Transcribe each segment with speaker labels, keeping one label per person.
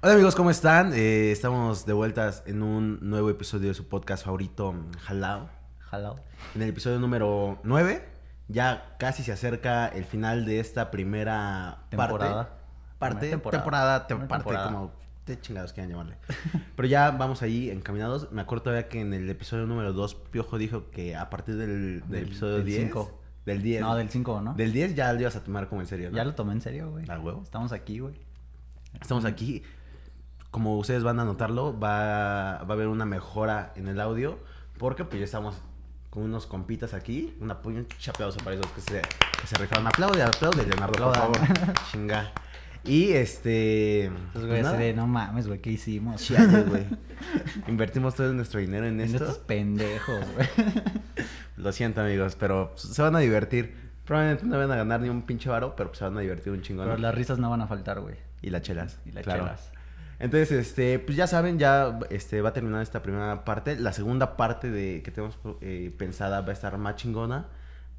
Speaker 1: Hola amigos, ¿cómo están? Eh, estamos de vueltas en un nuevo episodio de su podcast favorito, Jalao. Jalao. En el episodio número 9, ya casi se acerca el final de esta primera
Speaker 2: Temporada.
Speaker 1: parte. Parte,
Speaker 2: Primera temporada.
Speaker 1: temporada, tem-
Speaker 2: Primera
Speaker 1: parte,
Speaker 2: temporada.
Speaker 1: como te chingados quieran llamarle. Pero ya vamos ahí encaminados. Me acuerdo todavía que en el episodio número 2, Piojo dijo que a partir del, del
Speaker 2: Del-
Speaker 1: episodio
Speaker 2: del
Speaker 1: 10.
Speaker 2: cinco.
Speaker 1: Del 10.
Speaker 2: No, del 5, ¿no?
Speaker 1: Del 10 ya lo ibas a tomar como en serio, ¿no?
Speaker 2: Ya lo tomé en serio, güey.
Speaker 1: ¿A huevo?
Speaker 2: Estamos aquí, güey.
Speaker 1: Estamos aquí. Como ustedes van a notarlo, va, va a haber una mejora en el audio. Porque pues ya estamos con unos compitas aquí. Un apoyo, un pinche aplauso para esos que se, que se rifaron. Aplaude, aplaude, Leonardo,
Speaker 2: Aplaudan.
Speaker 1: por favor. Chinga. Y este. pues,
Speaker 2: Entonces, güey, así
Speaker 1: nada.
Speaker 2: de, no mames, güey, ¿qué hicimos?
Speaker 1: Chiales, güey. Invertimos todo nuestro dinero en
Speaker 2: En
Speaker 1: esto.
Speaker 2: estos pendejos, güey.
Speaker 1: Lo siento, amigos, pero pues, se van a divertir. Probablemente no van a ganar ni un pinche varo, pero pues, se van a divertir un chingón.
Speaker 2: Pero las risas no van a faltar, güey.
Speaker 1: Y las chelas.
Speaker 2: Y las
Speaker 1: claro.
Speaker 2: chelas.
Speaker 1: Entonces, este, pues ya saben, ya este, va a terminar esta primera parte. La segunda parte de, que tenemos eh, pensada va a estar más chingona.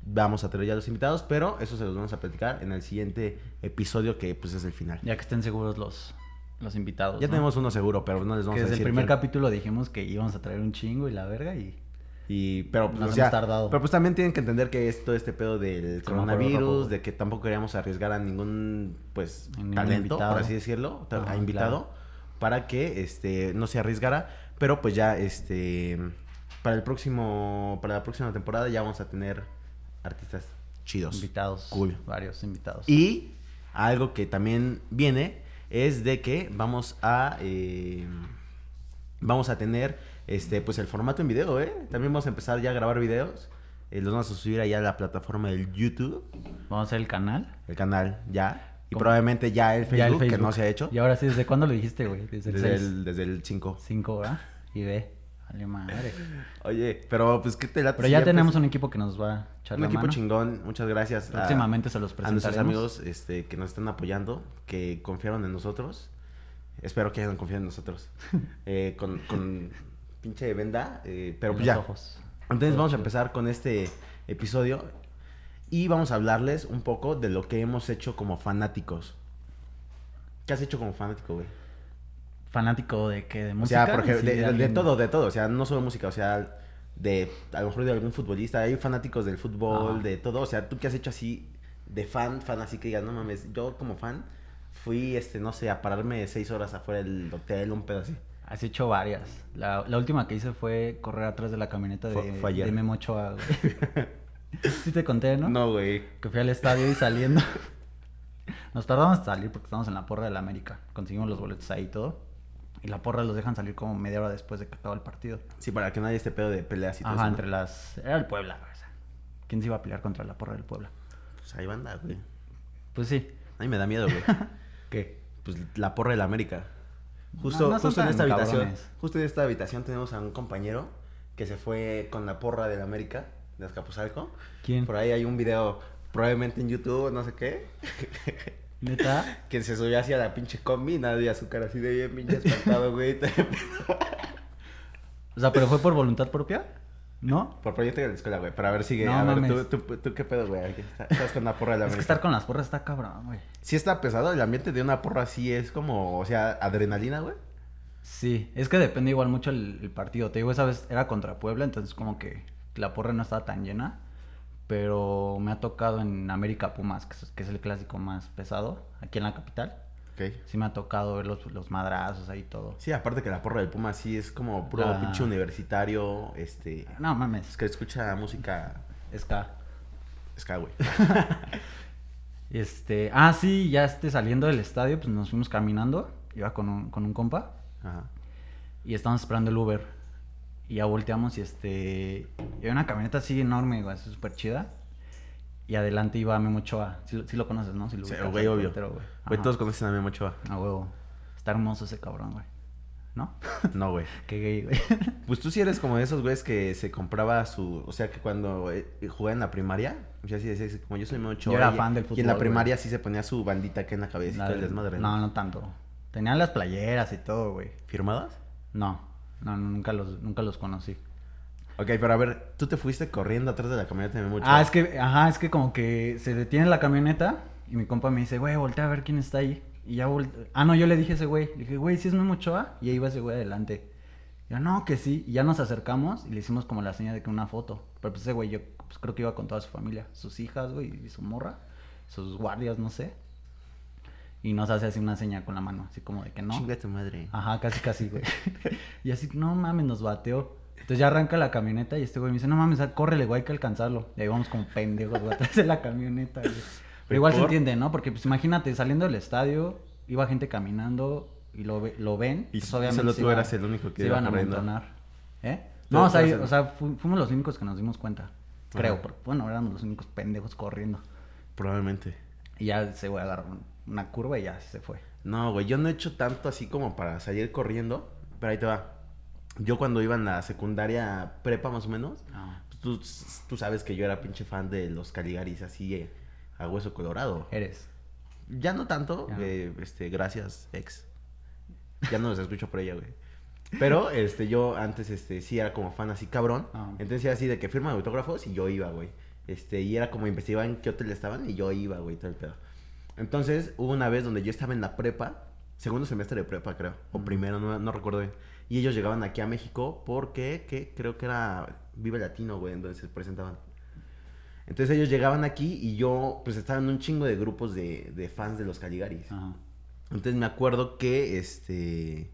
Speaker 1: Vamos a tener ya los invitados, pero eso se los vamos a platicar en el siguiente episodio que pues es el final. Ya,
Speaker 2: Ya que estén seguros los, los invitados. ¿no?
Speaker 1: tenemos uno seguro, pero no les vamos
Speaker 2: Que
Speaker 1: a
Speaker 2: desde
Speaker 1: decir.
Speaker 2: el primer
Speaker 1: quién.
Speaker 2: capítulo dijimos que íbamos a traer un chingo y la verga y...
Speaker 1: Y, pero, pues,
Speaker 2: Nos
Speaker 1: o sea,
Speaker 2: hemos tardado.
Speaker 1: pero pues también tienen que entender que es todo este pedo del
Speaker 2: me acuerdo, Rafa,
Speaker 1: coronavirus,
Speaker 2: güey.
Speaker 1: de que tampoco queríamos arriesgar a ningún, pues,
Speaker 2: A ningún
Speaker 1: talento,
Speaker 2: invitado.
Speaker 1: por así decirlo, ta-
Speaker 2: Ajá,
Speaker 1: a invitado, para que, este, no se arriesgara, pero pues ya, este, para el próximo, para la próxima temporada ya vamos a tener artistas chidos.
Speaker 2: Invitados.
Speaker 1: Cool.
Speaker 2: Varios invitados.
Speaker 1: Y algo que también viene es de que vamos a eh, vamos a tener este pues el formato en video, ¿eh? También vamos a empezar ya a grabar videos. Eh, los vamos a subir allá a la plataforma del YouTube,
Speaker 2: Vamos a hacer el canal.
Speaker 1: el canal ya y
Speaker 2: ¿Cómo?
Speaker 1: probablemente ya el, Facebook,
Speaker 2: Ya el
Speaker 1: que no
Speaker 2: Facebook.
Speaker 1: se ha hecho
Speaker 2: Y ahora sí, ¿desde cuándo lo dijiste, güey? Desde
Speaker 1: desde
Speaker 2: el
Speaker 1: el desde el 5.
Speaker 2: 5, ¿verdad? Y ve. Vale madre.
Speaker 1: Oye, pero pues qué te late
Speaker 2: Pero
Speaker 1: si
Speaker 2: ya tenemos
Speaker 1: empieza-
Speaker 2: un equipo que nos va a echar
Speaker 1: un
Speaker 2: la
Speaker 1: equipo
Speaker 2: mano.
Speaker 1: chingón. Muchas gracias a-
Speaker 2: Próximamente se los
Speaker 1: a nuestros
Speaker 2: presentaremos.
Speaker 1: amigos este, que nos están apoyando, que confiaron en nosotros. Espero que hayan confiado en nosotros. Eh, con, con pinche venda, eh, pero
Speaker 2: En
Speaker 1: pues
Speaker 2: los
Speaker 1: ya.
Speaker 2: ojos.
Speaker 1: Entonces vamos a empezar con este episodio y vamos a hablarles un poco de lo que hemos hecho como fanáticos. ¿Qué has hecho como fanático, güey?
Speaker 2: Fanático de que de
Speaker 1: O
Speaker 2: música.
Speaker 1: sea, porque
Speaker 2: Sí,
Speaker 1: de, de- de
Speaker 2: alguien-
Speaker 1: todo, de todo. O sea, no solo música, o sea, de a lo mejor de algún futbolista. Hay fanáticos del fútbol,
Speaker 2: Ajá.
Speaker 1: de todo. O sea, tú que has hecho así de fan, fan, así que digas, no mames, yo como fan fui, este, no sé, a pararme seis horas afuera del hotel, un pedo así.
Speaker 2: Has hecho varias. La, la última que hice fue correr atrás de la camioneta de,
Speaker 1: Fue- fue ayer.
Speaker 2: de Memo Ochoa, güey. sí te conté, ¿no?
Speaker 1: güey.
Speaker 2: Que fui al estadio y saliendo. Nos tardamos en salir porque estábamos en la porra de la América. Conseguimos los boletos ahí y todo. Y la porra los dejan salir como media hora después de que acaba el partido.
Speaker 1: Sí, para que no haya este pedo de peleas y todo
Speaker 2: Ajá,
Speaker 1: eso, ¿no?
Speaker 2: entre las... Era el Puebla, güey, o sea, ¿Quién se iba a pelear contra la porra del Puebla?
Speaker 1: Pues ahí banda, güey.
Speaker 2: Pues sí.
Speaker 1: A mí me da miedo, güey.
Speaker 2: ¿Qué?
Speaker 1: pues la porra de la América. Justo,
Speaker 2: No, no son
Speaker 1: justo en
Speaker 2: tan
Speaker 1: esta habitación,
Speaker 2: cabrones.
Speaker 1: justo en esta habitación tenemos a un compañero que se fue con la porra de la América de Azcapotzalco.
Speaker 2: ¿Quién?
Speaker 1: Por ahí hay un video probablemente en YouTube, no sé qué,
Speaker 2: ¿Neta?
Speaker 1: que se subió hacia la pinche combi, nadie a su cara así de bien pinche espantado, güey.
Speaker 2: O sea, ¿pero fue por voluntad propia? ¿No?
Speaker 1: Por proyecto de la escuela, güey. Pero a ver, sigue.
Speaker 2: No
Speaker 1: a ver,
Speaker 2: mames.
Speaker 1: tú, tú- tú qué pedo, güey. Aquí está- Estás con la porra de la
Speaker 2: Es que
Speaker 1: América.
Speaker 2: estar con las porras está cabrón, güey.
Speaker 1: Sí está pesado, el ambiente de una porra así es como, o sea, adrenalina, güey.
Speaker 2: Sí, es que depende igual mucho el, el partido. Te digo, esa vez era contra Puebla, entonces como que la porra no estaba tan llena. Pero me ha tocado en América Pumas, que es, que es el clásico más pesado, aquí en la capital.
Speaker 1: Ok.
Speaker 2: Sí me ha tocado ver los, los madrazos ahí y todo.
Speaker 1: Sí, aparte que la porra del Puma sí es como puro
Speaker 2: La-
Speaker 1: pinche universitario, este...
Speaker 2: No mames,
Speaker 1: Es que escucha música
Speaker 2: es que...
Speaker 1: ska, güey.
Speaker 2: Este, ah, sí, ya este, saliendo del estadio, pues nos fuimos caminando. Iba con un, con un compa
Speaker 1: Ajá.
Speaker 2: y estábamos esperando el Uber. Y ya volteamos y este. Y había una camioneta así enorme, güey, así súper chida. Y adelante iba Memo Ochoa. Sí, lo- sí lo conoces, ¿no? Sí, lo
Speaker 1: Sí,
Speaker 2: ubicas,
Speaker 1: güey,
Speaker 2: el
Speaker 1: obvio.
Speaker 2: portero, güey.
Speaker 1: Güey,
Speaker 2: Ajá.
Speaker 1: todos conocen a Memo Ochoa.
Speaker 2: A huevo. Está hermoso ese cabrón, güey. ¿No?
Speaker 1: No, güey.
Speaker 2: Qué gay, güey.
Speaker 1: Pues tú sí eres como de esos güeyes que se compraba su... O sea, que cuando eh, jugaba en la primaria, ya sí decías, como yo soy Memo Ochoa.
Speaker 2: Yo era
Speaker 1: y-
Speaker 2: fan del
Speaker 1: Y en la
Speaker 2: fútbol,
Speaker 1: primaria sí se ponía su bandita acá en la cabeza y
Speaker 2: La
Speaker 1: todo el
Speaker 2: del-
Speaker 1: desmadre.
Speaker 2: No, no tanto. Tenían las playeras y todo, güey.
Speaker 1: ¿Firmadas?
Speaker 2: No, no, nunca los, nunca los conocí.
Speaker 1: Ok, pero a ver, tú te fuiste corriendo atrás de la camioneta de Memo Ochoa.
Speaker 2: Ah, es que, ajá, es que como que se detiene la camioneta y mi compa me dice, güey, voltea a ver quién está ahí. Y ya volte- Ah, no, yo le dije a ese güey. Le dije, güey, ¿sí es Memo Ochoa? Y ahí iba ese güey adelante. Y yo, no, que sí. Y ya nos acercamos y le hicimos como la señal de que una foto. Pero pues ese güey, yo pues, creo que iba con toda su familia. Sus hijas, güey, y su morra. Sus guardias, no sé. Y nos hace así una señal con la mano. Así como de que no. Ah,
Speaker 1: Chinga tu madre.
Speaker 2: Ajá, casi, casi, güey. y así, no mames, nos bateó. Entonces ya arranca la camioneta y este güey me dice, no mames, ah, córrele, güey, hay que alcanzarlo. Y ahí vamos como pendejos, güey, atrás de la camioneta, güey. Pero igual se
Speaker 1: ¿Por?
Speaker 2: entiende, ¿no? Porque pues imagínate, saliendo del estadio, iba gente caminando y lo, ve- lo ven.
Speaker 1: Y
Speaker 2: pues,
Speaker 1: solo
Speaker 2: se
Speaker 1: tú
Speaker 2: iban-
Speaker 1: eras el único que
Speaker 2: Se
Speaker 1: iba
Speaker 2: iban a
Speaker 1: corriendo.
Speaker 2: abandonar. ¿Eh?
Speaker 1: Tú
Speaker 2: No, o sea,
Speaker 1: eras
Speaker 2: yo-
Speaker 1: el-
Speaker 2: o sea, fu- fuimos los únicos que nos dimos cuenta. Creo,
Speaker 1: Ajá.
Speaker 2: porque, bueno, éramos los únicos pendejos corriendo.
Speaker 1: Probablemente.
Speaker 2: Y ya se güey agarró un- una curva y ya se fue.
Speaker 1: No, güey, yo no he hecho tanto así como para salir corriendo, pero ahí te va. Yo cuando iba en la secundaria prepa más o menos,
Speaker 2: Ah,
Speaker 1: pues, tú, tú sabes que yo era pinche fan de los Caligaris así eh, a hueso colorado.
Speaker 2: eres.
Speaker 1: Ya no tanto,
Speaker 2: Eh. Ya no.
Speaker 1: eh, este, gracias, ex. Ya no los escucho por ella, güey. Pero, este, yo antes, este, sí era como fan así cabrón.
Speaker 2: Ah.
Speaker 1: Entonces era así de que firma autógrafos y yo iba, güey. Este, y era como investigaba en qué hotel estaban y yo iba, güey, todo el pedo. Entonces, hubo una vez donde yo estaba en la prepa, segundo semestre de prepa, creo, o
Speaker 2: Mm.
Speaker 1: primero, no, no recuerdo bien. Y ellos llegaban aquí a México porque, que creo que era Vive Latino, güey, en donde se presentaban. Entonces ellos llegaban aquí y yo, pues estaba en un chingo de grupos de, de fans de los Caligaris.
Speaker 2: Ajá.
Speaker 1: Entonces me acuerdo que, este,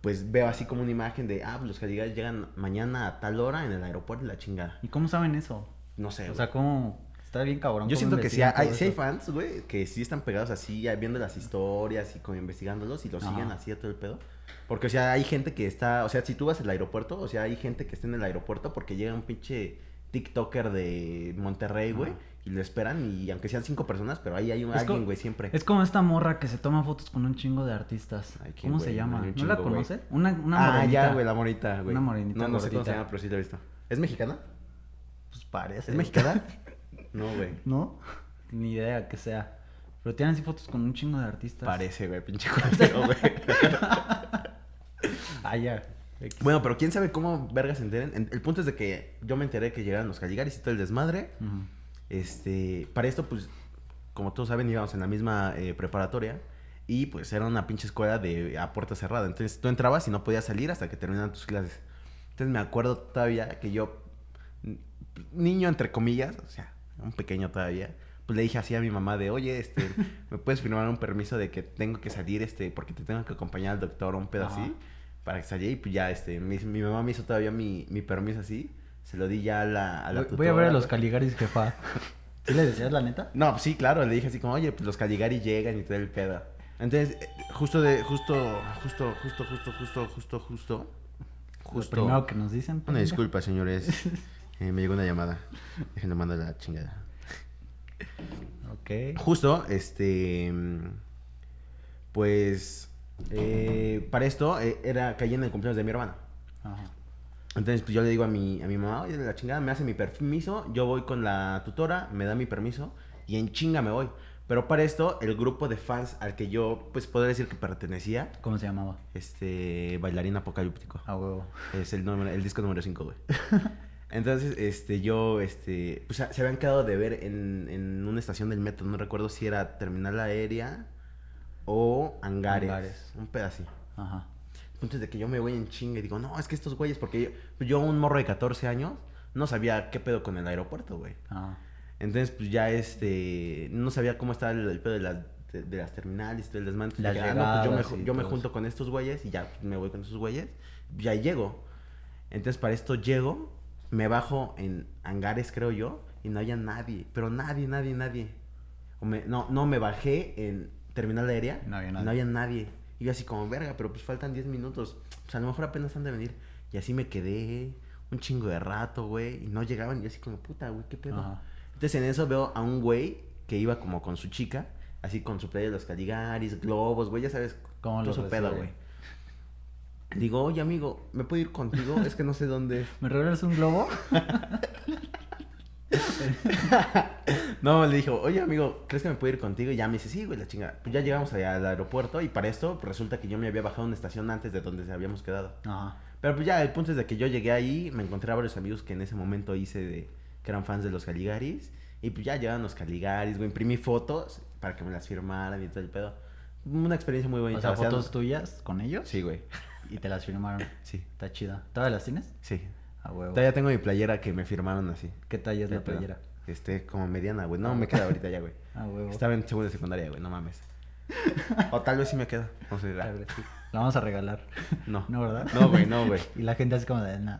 Speaker 1: pues veo así como una imagen de, ah, pues los Caligaris llegan mañana a tal hora en el aeropuerto y la chingada.
Speaker 2: ¿Y cómo saben eso?
Speaker 1: No sé.
Speaker 2: O
Speaker 1: güey.
Speaker 2: sea, como está bien cabrón.
Speaker 1: yo
Speaker 2: cómo
Speaker 1: siento que sí
Speaker 2: investigan
Speaker 1: hay,
Speaker 2: todo
Speaker 1: sí hay
Speaker 2: eso.
Speaker 1: fans, güey, que sí están pegados así, ya viendo las historias y como investigándolos y los
Speaker 2: Ajá.
Speaker 1: siguen así a todo el pedo. Porque, o sea, hay gente que está, o sea, si tú vas al aeropuerto, o sea, hay gente que está en el aeropuerto porque llega un pinche TikToker de Monterrey, güey,
Speaker 2: Ajá.
Speaker 1: y lo esperan y aunque sean cinco personas, pero ahí hay un-
Speaker 2: Es co-
Speaker 1: alguien, güey, siempre.
Speaker 2: Es como esta morra que se toma fotos con un chingo de artistas.
Speaker 1: Ay, qué
Speaker 2: ¿Cómo
Speaker 1: güey,
Speaker 2: se llama?
Speaker 1: hay un
Speaker 2: ¿No la
Speaker 1: chingo, güey.
Speaker 2: conoces? Una, una
Speaker 1: ah,
Speaker 2: morenita.
Speaker 1: ya, güey, la morita, güey.
Speaker 2: Una morenita
Speaker 1: No, no sé cómo se
Speaker 2: gordita.
Speaker 1: llama, pero sí la he visto. ¿Es mexicana?
Speaker 2: Pues parece.
Speaker 1: ¿Es mexicana? no, güey.
Speaker 2: ¿No? Ni idea que sea. Pero tienen así fotos con un chingo de artistas.
Speaker 1: Parece, güey, pinche culero, güey.
Speaker 2: Ah, ya. X.
Speaker 1: Bueno, pero quién sabe cómo vergas se enteren. En- El punto es de que yo me enteré que llegaron los Caligaris y todo el desmadre.
Speaker 2: Ujú.
Speaker 1: Este, para esto, pues, como todos saben, íbamos en la misma eh, preparatoria. Y pues era una pinche escuela de a puerta cerrada. Entonces tú entrabas y no podías salir hasta que terminaban tus clases. Entonces me acuerdo todavía que yo, n- niño entre comillas, o sea, un pequeño todavía, pues le dije así a mi mamá de, oye, este, ¿me puedes firmar un permiso de que tengo que salir, este, porque te tengo que acompañar al doctor o un pedo
Speaker 2: Ajá.
Speaker 1: así? Para que salga y pues ya, este, mi, mi mamá me hizo todavía mi, mi permiso así. Se lo di ya a la, a la
Speaker 2: Voy- Voy a ver a
Speaker 1: tutora,
Speaker 2: los
Speaker 1: güey.
Speaker 2: Caligaris, jefa. ¿Sí le decías la neta?
Speaker 1: No, pues sí, claro, le dije así como, oye, pues los Caligari llegan y todo el pedo. Entonces, eh, justo de, justo, justo, justo, justo, justo, justo, justo,
Speaker 2: Lo primero
Speaker 1: justo.
Speaker 2: que nos dicen.
Speaker 1: Una
Speaker 2: pendejo.
Speaker 1: disculpa, señores. Eh, me llegó una llamada. Déjenme mandar la chingada.
Speaker 2: Ok.
Speaker 1: Justo, este. mm, Pues. eh, para esto, eh, era cayendo en el cumpleaños de mi hermana.
Speaker 2: Ajá.
Speaker 1: Entonces, pues yo le digo a mi, a mi mamá, oye, la chingada, me hace mi permiso, yo voy con la tutora, me da mi permiso y en chinga me voy. Pero para esto, el grupo de fans al que yo, pues podría decir que pertenecía,
Speaker 2: ¿Cómo se llamaba?
Speaker 1: este, Bailarín Apocalíptico.
Speaker 2: A huevo.
Speaker 1: Es el, número- el disco número 5, güey. Entonces, este, yo, este, pues se habían quedado de ver en, en una estación del metro, no recuerdo si era Terminal Aérea o Hangares.
Speaker 2: Hangares.
Speaker 1: Un pedacito.
Speaker 2: Ajá.
Speaker 1: Entonces de que yo me voy en chinga y digo, no, es que estos güeyes, porque yo, yo, un morro de 14 años, no sabía qué pedo con el aeropuerto, güey.
Speaker 2: Ajá.
Speaker 1: Entonces, pues ya este, no sabía cómo estaba el, el pedo de las, de, de las terminales, todo el desmán. Entonces
Speaker 2: Las
Speaker 1: dije, ah, no, pues yo me,
Speaker 2: llegadas
Speaker 1: ju-
Speaker 2: y
Speaker 1: yo me
Speaker 2: todo
Speaker 1: junto
Speaker 2: eso.
Speaker 1: con estos güeyes y ya pues, me voy con esos güeyes, ya llego. Entonces, para esto llego, me bajo en hangares, creo yo, y no había nadie, pero nadie, nadie, nadie. O me- no, no, me bajé en terminal aérea.
Speaker 2: No había
Speaker 1: y
Speaker 2: nadie.
Speaker 1: No había nadie. Y yo así como, verga, pero pues faltan 10 minutos. Pues a lo mejor apenas han de venir. Y así me quedé un chingo de rato, güey. Y no llegaban. Y yo así como, puta, güey, qué pedo.
Speaker 2: Ajá.
Speaker 1: Entonces en eso veo a un güey que iba como con su chica, así con su playa de los Caligaris, globos, güey, ya sabes,
Speaker 2: ¿Cómo
Speaker 1: todo
Speaker 2: lo
Speaker 1: su pedo, güey.
Speaker 2: recibe?
Speaker 1: Digo, oye amigo, ¿me puedo ir contigo? Es que no sé dónde. es".
Speaker 2: ¿Me regalas un globo?
Speaker 1: No, le dijo, oye amigo, ¿crees que me puedo ir contigo? Y ya me dice, sí, güey, la chingada. Pues ya llegamos allá al aeropuerto y para esto pues, resulta que yo me había bajado a una estación antes de donde se habíamos quedado.
Speaker 2: Ajá.
Speaker 1: Pero pues ya, el punto es de que yo llegué ahí, me encontré a varios amigos que en ese momento hice de, que eran fans de los Caligaris. Y pues ya llegaron los Caligaris, güey, imprimí fotos para que me las firmaran y todo el pedo. una experiencia muy bonita.
Speaker 2: O sea,
Speaker 1: o sea,
Speaker 2: fotos tuyas con ellos
Speaker 1: Sí, güey.
Speaker 2: y te las firmaron.
Speaker 1: Sí,
Speaker 2: Está chida. ¿Todavía las tienes?
Speaker 1: sí.
Speaker 2: A huevo.
Speaker 1: Todavía tengo mi playera que me firmaron así.
Speaker 2: ¿Qué talla es
Speaker 1: Ya,
Speaker 2: la
Speaker 1: pero,
Speaker 2: playera? Ah,
Speaker 1: Este, como mediana, güey. No, me queda ahorita ya, güey.
Speaker 2: A huevo.
Speaker 1: Estaba en segundo de secundaria, güey. No mames. O tal vez sí me queda. No sé.
Speaker 2: Tal
Speaker 1: la-
Speaker 2: vez sí. La vamos a regalar.
Speaker 1: No.
Speaker 2: No, ¿verdad?
Speaker 1: No, güey, no, güey.
Speaker 2: Y la gente así como de nada.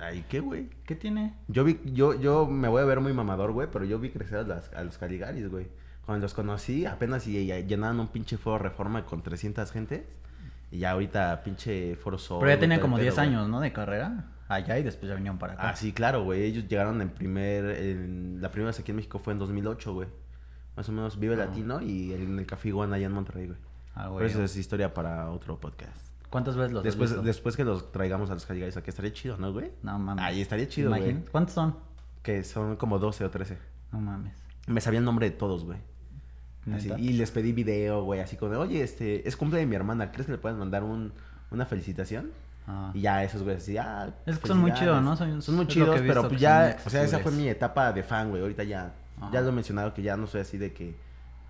Speaker 1: Ay, ¿qué, güey?
Speaker 2: ¿Qué tiene?
Speaker 1: Yo vi, yo, yo me voy a ver muy mamador, güey, pero yo vi crecer a, las- a los Caligaris, güey. Cuando los conocí, apenas y, y llenaban un pinche foro reforma con 300 gentes. Y ya ahorita pinche foro Sol,
Speaker 2: Pero ya
Speaker 1: Oh, güey,
Speaker 2: tenía
Speaker 1: todo el
Speaker 2: como
Speaker 1: pedo,
Speaker 2: 10
Speaker 1: güey.
Speaker 2: años, ¿no? De carrera. Allá y después ya vinieron para acá.
Speaker 1: Ah, sí, claro, güey. Ellos llegaron en primer. en- la primera vez aquí en México fue en 2008, güey. Más o menos Vive
Speaker 2: Ah.
Speaker 1: Latino y en el Café Iguana allá en Monterrey, güey.
Speaker 2: Ah,
Speaker 1: Pero
Speaker 2: güey.
Speaker 1: eso es historia para otro podcast.
Speaker 2: ¿Cuántas veces los has
Speaker 1: Después,
Speaker 2: visto?
Speaker 1: después que los traigamos a los Caligaris aquí, estaría chido, ¿no, güey?
Speaker 2: No mames.
Speaker 1: Ahí estaría
Speaker 2: ¿Te
Speaker 1: chido, güey.
Speaker 2: imaginas? ¿Cuántos son?
Speaker 1: Que son como 12 o 13.
Speaker 2: No mames.
Speaker 1: Me sabía el nombre de todos, güey. Así,
Speaker 2: ¿Neta?
Speaker 1: y les pedí video, güey, así como, de, oye, este, es cumple de mi hermana, ¿crees que le puedas mandar un, una felicitación?
Speaker 2: Ah.
Speaker 1: Y ya esos güeyes así, ah,
Speaker 2: Es que son muy
Speaker 1: felicidades.
Speaker 2: chidos, ¿no? Son-
Speaker 1: Son muy
Speaker 2: es lo que he
Speaker 1: chidos,
Speaker 2: visto
Speaker 1: pero pues
Speaker 2: que son
Speaker 1: ya,
Speaker 2: muy
Speaker 1: o sea, esa fue
Speaker 2: accesibles.
Speaker 1: mi etapa de fan, güey, ahorita ya,
Speaker 2: Ajá. Mm.
Speaker 1: ya lo he mencionado que ya no soy así de que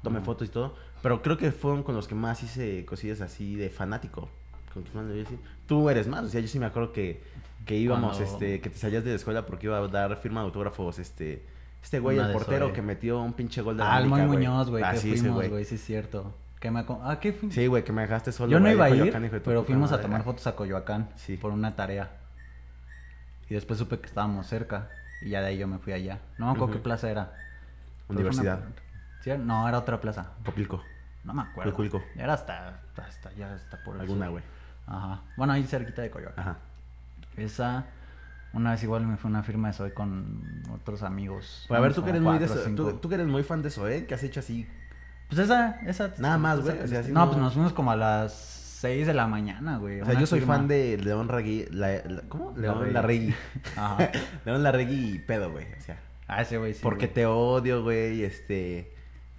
Speaker 1: tome
Speaker 2: Ajá.
Speaker 1: fotos y todo, pero creo que fueron con los que más hice cosillas así de fanático, con los que más me vi así. Tú eres más, o sea, yo sí me acuerdo que, que íbamos,
Speaker 2: Cuando-
Speaker 1: este, que te salías de la escuela porque iba a dar firma de autógrafos, este... Este güey,
Speaker 2: Una
Speaker 1: el
Speaker 2: de
Speaker 1: portero
Speaker 2: Zoe.
Speaker 1: que metió un pinche gol de la
Speaker 2: Ah, el Moy
Speaker 1: América,
Speaker 2: Muñoz, güey.
Speaker 1: Ah,
Speaker 2: que
Speaker 1: sí, ese
Speaker 2: fuimos, güey. Sí, es cierto. Que me acom- Ah, ¿qué fuimos?
Speaker 1: Sí, güey, que me dejaste solo.
Speaker 2: Yo no
Speaker 1: güey,
Speaker 2: iba a
Speaker 1: en
Speaker 2: ir,
Speaker 1: Coyoacán, hijo de tu
Speaker 2: pero
Speaker 1: puta
Speaker 2: fuimos a
Speaker 1: madre.
Speaker 2: tomar fotos a Coyoacán
Speaker 1: Sí.
Speaker 2: por una tarea. Y después supe que estábamos cerca. Y ya de ahí yo me fui allá. No me acuerdo
Speaker 1: Ujú.
Speaker 2: qué plaza era. Pero fue
Speaker 1: Universidad.
Speaker 2: una- ¿Sí? No, era otra plaza.
Speaker 1: Popilco.
Speaker 2: No me acuerdo.
Speaker 1: Cuicuilco.
Speaker 2: Era hasta, hasta allá, hasta por el
Speaker 1: Alguna,
Speaker 2: sur.
Speaker 1: güey. Ah.
Speaker 2: Ajá. Bueno, ahí cerquita de Coyoacán.
Speaker 1: Ajá.
Speaker 2: Esa, una vez igual me fue una firma de Soy con otros amigos.
Speaker 1: Pues a ver, tú
Speaker 2: Como
Speaker 1: que eres muy de
Speaker 2: cuatro o
Speaker 1: Zoe- tú,
Speaker 2: cinco.
Speaker 1: tú que eres muy fan de Zoé, que has hecho así.
Speaker 2: Pues esa, esa.
Speaker 1: Nada más,
Speaker 2: esa
Speaker 1: güey,
Speaker 2: que
Speaker 1: o sea,
Speaker 2: les-
Speaker 1: así
Speaker 2: no,
Speaker 1: no-
Speaker 2: pues nos fuimos como a las 6 de la mañana, güey.
Speaker 1: O sea,
Speaker 2: Una
Speaker 1: yo soy
Speaker 2: firma.
Speaker 1: fan de León Ragui. La, la- ¿Cómo? León
Speaker 2: Larregui.
Speaker 1: Larregui.
Speaker 2: Ajá.
Speaker 1: León Larregui y pedo, güey. O sea,
Speaker 2: Ah, ese güey sí.
Speaker 1: porque
Speaker 2: güey.
Speaker 1: te odio, güey. Este.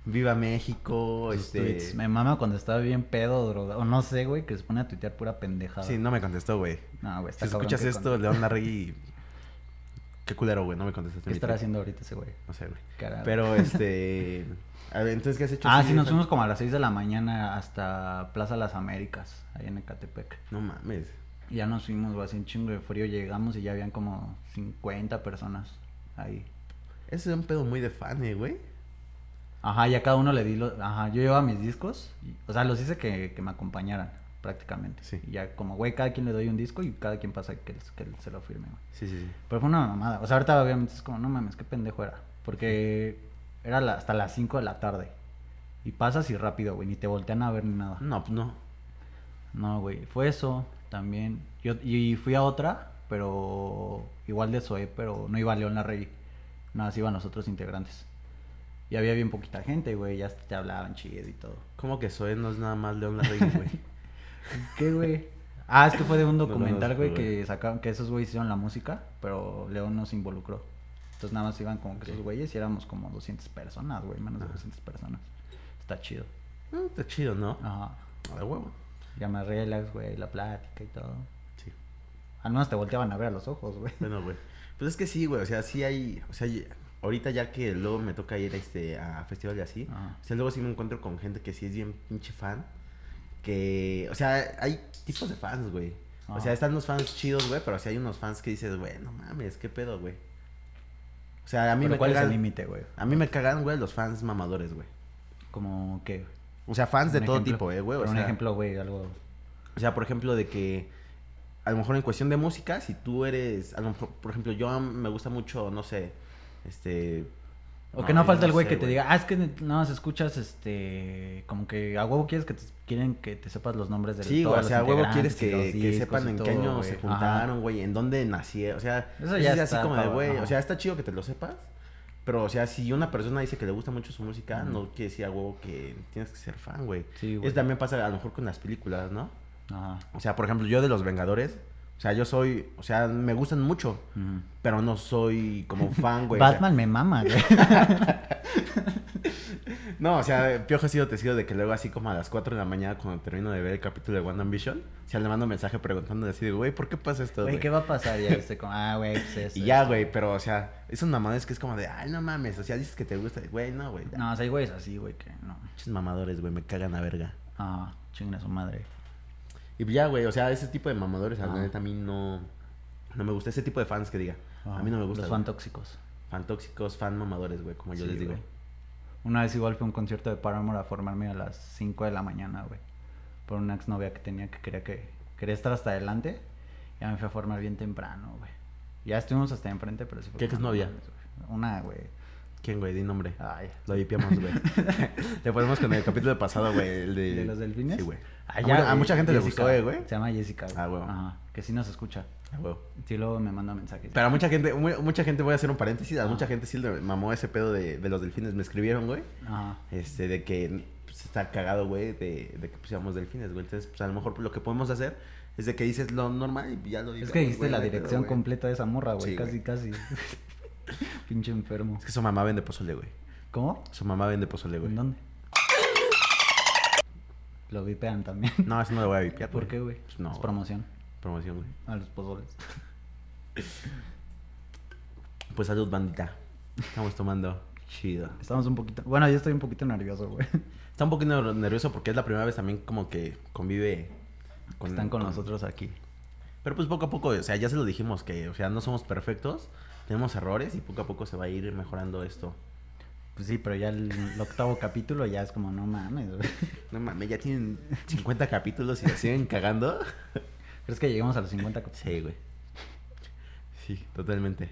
Speaker 1: Viva México.
Speaker 2: Sus
Speaker 1: este.
Speaker 2: tweets. Me mama cuando estaba bien pedo, drogado. O no sé, güey, que se pone a tuitear pura pendejada.
Speaker 1: Sí, no me contestó, güey.
Speaker 2: No, güey, está
Speaker 1: Si
Speaker 2: cabrón
Speaker 1: escuchas
Speaker 2: que
Speaker 1: esto, León Larregui. Qué culero, güey. No me contestaste.
Speaker 2: ¿Qué
Speaker 1: mi
Speaker 2: estará
Speaker 1: tweet.
Speaker 2: haciendo ahorita ese güey?
Speaker 1: No sé, güey.
Speaker 2: Carajo.
Speaker 1: Pero este. A ver, entonces, ¿qué has hecho?
Speaker 2: Ah,
Speaker 1: así
Speaker 2: sí,
Speaker 1: de
Speaker 2: nos
Speaker 1: fan?
Speaker 2: fuimos como a las 6 de la mañana hasta Plaza Las Américas, ahí en Ecatepec.
Speaker 1: No mames.
Speaker 2: Y ya nos fuimos, güey, así un chingo de frío. Llegamos y ya habían como 50 personas ahí.
Speaker 1: Ese es un pedo muy de fan, eh, güey.
Speaker 2: Ajá, y a cada uno le di los... Ajá, yo llevaba mis discos. y- o sea, los hice que, que me acompañaran prácticamente.
Speaker 1: Sí.
Speaker 2: Y ya como, güey, cada quien le doy un disco y cada quien pasa que, que se lo firme, güey.
Speaker 1: Sí, sí, sí.
Speaker 2: Pero fue una mamada. O sea, ahorita obviamente es como, no mames, qué pendejo era. Porque era la- hasta las 5 de la tarde. Y pasas y rápido, güey, ni te voltean a ver ni nada.
Speaker 1: No, pues no.
Speaker 2: No, güey, fue eso también. Yo, y fui a otra, pero igual de Zoé, pero no iba León Larrey. Nada, más iban los otros integrantes. Y había bien poquita gente, güey, ya te hablaban chido y todo.
Speaker 1: ¿Cómo que soy? No es nada más León Larregui, güey.
Speaker 2: ¿Qué, güey? Ah, es que fue de un
Speaker 1: No
Speaker 2: documental,
Speaker 1: conozco,
Speaker 2: güey,
Speaker 1: güey.
Speaker 2: que sacaron, que esos güeyes hicieron la música, pero León no se involucró. Entonces nada más iban como que esos
Speaker 1: Ok. Ah.
Speaker 2: güeyes y éramos como 200 personas, güey, menos de
Speaker 1: Ajá.
Speaker 2: 200 personas. Está chido.
Speaker 1: Mm, está chido, ¿no?
Speaker 2: Ajá.
Speaker 1: A la huevo.
Speaker 2: Ya me relax, güey, la plática y todo.
Speaker 1: Sí.
Speaker 2: Al menos te volteaban a ver a los ojos, güey.
Speaker 1: Bueno, güey. Pues es que sí, güey. O sea, sí hay. O sea, y- ahorita ya que luego me toca ir este, a festivales y así.
Speaker 2: Ajá.
Speaker 1: O sea, luego sí me encuentro con gente que sí es bien pinche fan. Que. O sea, hay tipos de fans, güey. O
Speaker 2: Ajá.
Speaker 1: sea, están los fans chidos, güey. Pero sí hay unos fans que dices, güey, no mames, qué pedo, güey. O sea, a mí
Speaker 2: Pero
Speaker 1: me
Speaker 2: ¿Cuál es el
Speaker 1: cagan.
Speaker 2: límite, güey?
Speaker 1: A mí me cagan, güey, los fans mamadores, güey.
Speaker 2: Como que.
Speaker 1: O sea, fans de
Speaker 2: un
Speaker 1: todo
Speaker 2: ejemplo.
Speaker 1: tipo, eh, güey. O
Speaker 2: Pero un
Speaker 1: sea,
Speaker 2: ejemplo, güey, algo.
Speaker 1: o sea, por ejemplo, de que a lo mejor en cuestión de música, si tú eres, a lo mejor, por ejemplo, yo me gusta mucho, no sé, este...
Speaker 2: O que no, falta el güey
Speaker 1: sé,
Speaker 2: que te diga, ah, es que nada más escuchas, este, como que a huevo quieres que te, quieren que te sepas los nombres "Ah, de
Speaker 1: Sí,
Speaker 2: todos
Speaker 1: güey, o
Speaker 2: los
Speaker 1: sea, a huevo quieres
Speaker 2: integrantes y
Speaker 1: que,
Speaker 2: los
Speaker 1: que
Speaker 2: discos
Speaker 1: sepan
Speaker 2: y
Speaker 1: en qué
Speaker 2: todo,
Speaker 1: año
Speaker 2: güey.
Speaker 1: se
Speaker 2: Ajá.
Speaker 1: juntaron, güey, en dónde nacieron, o sea,
Speaker 2: Eso ya
Speaker 1: es así
Speaker 2: está
Speaker 1: como de,
Speaker 2: cabrón,
Speaker 1: güey,
Speaker 2: ajá.
Speaker 1: o sea, está chido que te lo sepas, pero, o sea, si una persona dice que le gusta mucho su música,
Speaker 2: Ujú.
Speaker 1: no quiere decir a huevo que tienes que ser fan, güey.
Speaker 2: Sí, güey.
Speaker 1: Eso también pasa a lo mejor con las películas, ¿no?
Speaker 2: Ajá.
Speaker 1: O sea, por ejemplo, yo de Los Vengadores, o sea, yo soy, o sea, me gustan mucho,
Speaker 2: Ujú.
Speaker 1: pero no soy como fan, güey. o sea,
Speaker 2: Batman me mama, güey.
Speaker 1: no, o sea, Piojo ha sido testigo de que luego así como a las 4 de la mañana cuando termino de ver el capítulo de One Vision, o sea, le mando un mensaje preguntándole así de, güey, ¿por qué pasa esto,
Speaker 2: Güey,
Speaker 1: güey?
Speaker 2: ¿qué va a pasar? Ya este, como, ah, güey, pues eso,
Speaker 1: Y ya,
Speaker 2: eso.
Speaker 1: güey, pero, o sea, es una mamada, es que es como de, ay, no mames, o sea, dices que te gusta, güey, no, güey.
Speaker 2: No, o sea, hay güeyes así, güey, que no.
Speaker 1: Pinches mamadores, güey, me cagan a verga.
Speaker 2: Ah, chinga su madre.
Speaker 1: Y ya, güey, o sea, ese tipo de mamadores, a
Speaker 2: Ah.
Speaker 1: la neta, a mí no, no me gusta. Ese tipo de fans que diga.
Speaker 2: Ah,
Speaker 1: a mí no me gusta.
Speaker 2: Los
Speaker 1: güey.
Speaker 2: fan tóxicos.
Speaker 1: Fan tóxicos, fan mamadores, güey, como yo
Speaker 2: Sí,
Speaker 1: les digo.
Speaker 2: güey. Una vez igual fue a un concierto de Paramore a formarme a las 5 de la mañana, güey. Por una exnovia que tenía que quería que quería estar hasta adelante. Ya me fui a formar bien temprano, güey. Ya estuvimos hasta enfrente, pero sí fue
Speaker 1: ¿Qué
Speaker 2: como,
Speaker 1: exnovia?
Speaker 2: "No mames, güey". Una, güey.
Speaker 1: ¿Quién, güey? Di nombre.
Speaker 2: Ay.
Speaker 1: Lo vipiamos, güey. Te ponemos con el capítulo pasado, güey. El de...
Speaker 2: ¿De los delfines?
Speaker 1: Sí, güey.
Speaker 2: Ah,
Speaker 1: A
Speaker 2: ya,
Speaker 1: mu- a,
Speaker 2: güey,
Speaker 1: mucha gente
Speaker 2: Jessica.
Speaker 1: le gustó, eh, güey.
Speaker 2: Se llama Jessica. güey.
Speaker 1: Ah, güey.
Speaker 2: Ajá, que sí nos escucha.
Speaker 1: A huevo.
Speaker 2: Sí, luego me manda mensajes.
Speaker 1: Pero a mucha gente, mu- mucha gente, voy a hacer un paréntesis, a
Speaker 2: Ah.
Speaker 1: mucha gente sí le mamó ese pedo de, de los delfines. Me escribieron, güey.
Speaker 2: Ajá.
Speaker 1: Este, de que pues, está cagado, güey, de, de que pusiéramos delfines, güey. Entonces, pues a lo mejor lo que podemos hacer es de que dices lo normal y ya lo dices.
Speaker 2: Es que dijiste la dirección completa de esa morra, güey.
Speaker 1: Sí,
Speaker 2: casi,
Speaker 1: güey.
Speaker 2: casi. Pinche enfermo.
Speaker 1: Es que su mamá vende pozole, güey.
Speaker 2: ¿Cómo?
Speaker 1: Su mamá vende pozole, güey.
Speaker 2: ¿En dónde? Lo vipean también.
Speaker 1: No, eso no lo voy a vipiar.
Speaker 2: ¿Por qué, güey?
Speaker 1: Pues no,
Speaker 2: Es
Speaker 1: güey.
Speaker 2: promoción
Speaker 1: Promoción, güey.
Speaker 2: a los pozoles.
Speaker 1: Pues salud, bandita. Estamos tomando chido.
Speaker 2: Estamos un poquito... Bueno, yo estoy un poquito nervioso, güey.
Speaker 1: Está un poquito ner- nervioso porque es la primera vez también como que convive
Speaker 2: Están con nosotros aquí.
Speaker 1: Pero pues poco a poco, o sea, ya se lo dijimos que, o sea, no somos perfectos, tenemos errores y poco a poco se va a ir mejorando esto.
Speaker 2: Pues sí, pero ya el, el octavo capítulo ya es como, no mames, güey.
Speaker 1: No mames, ya tienen 50 capítulos y se siguen cagando.
Speaker 2: ¿Crees que lleguemos a los 50 capítulos?
Speaker 1: Sí, güey. Sí, totalmente.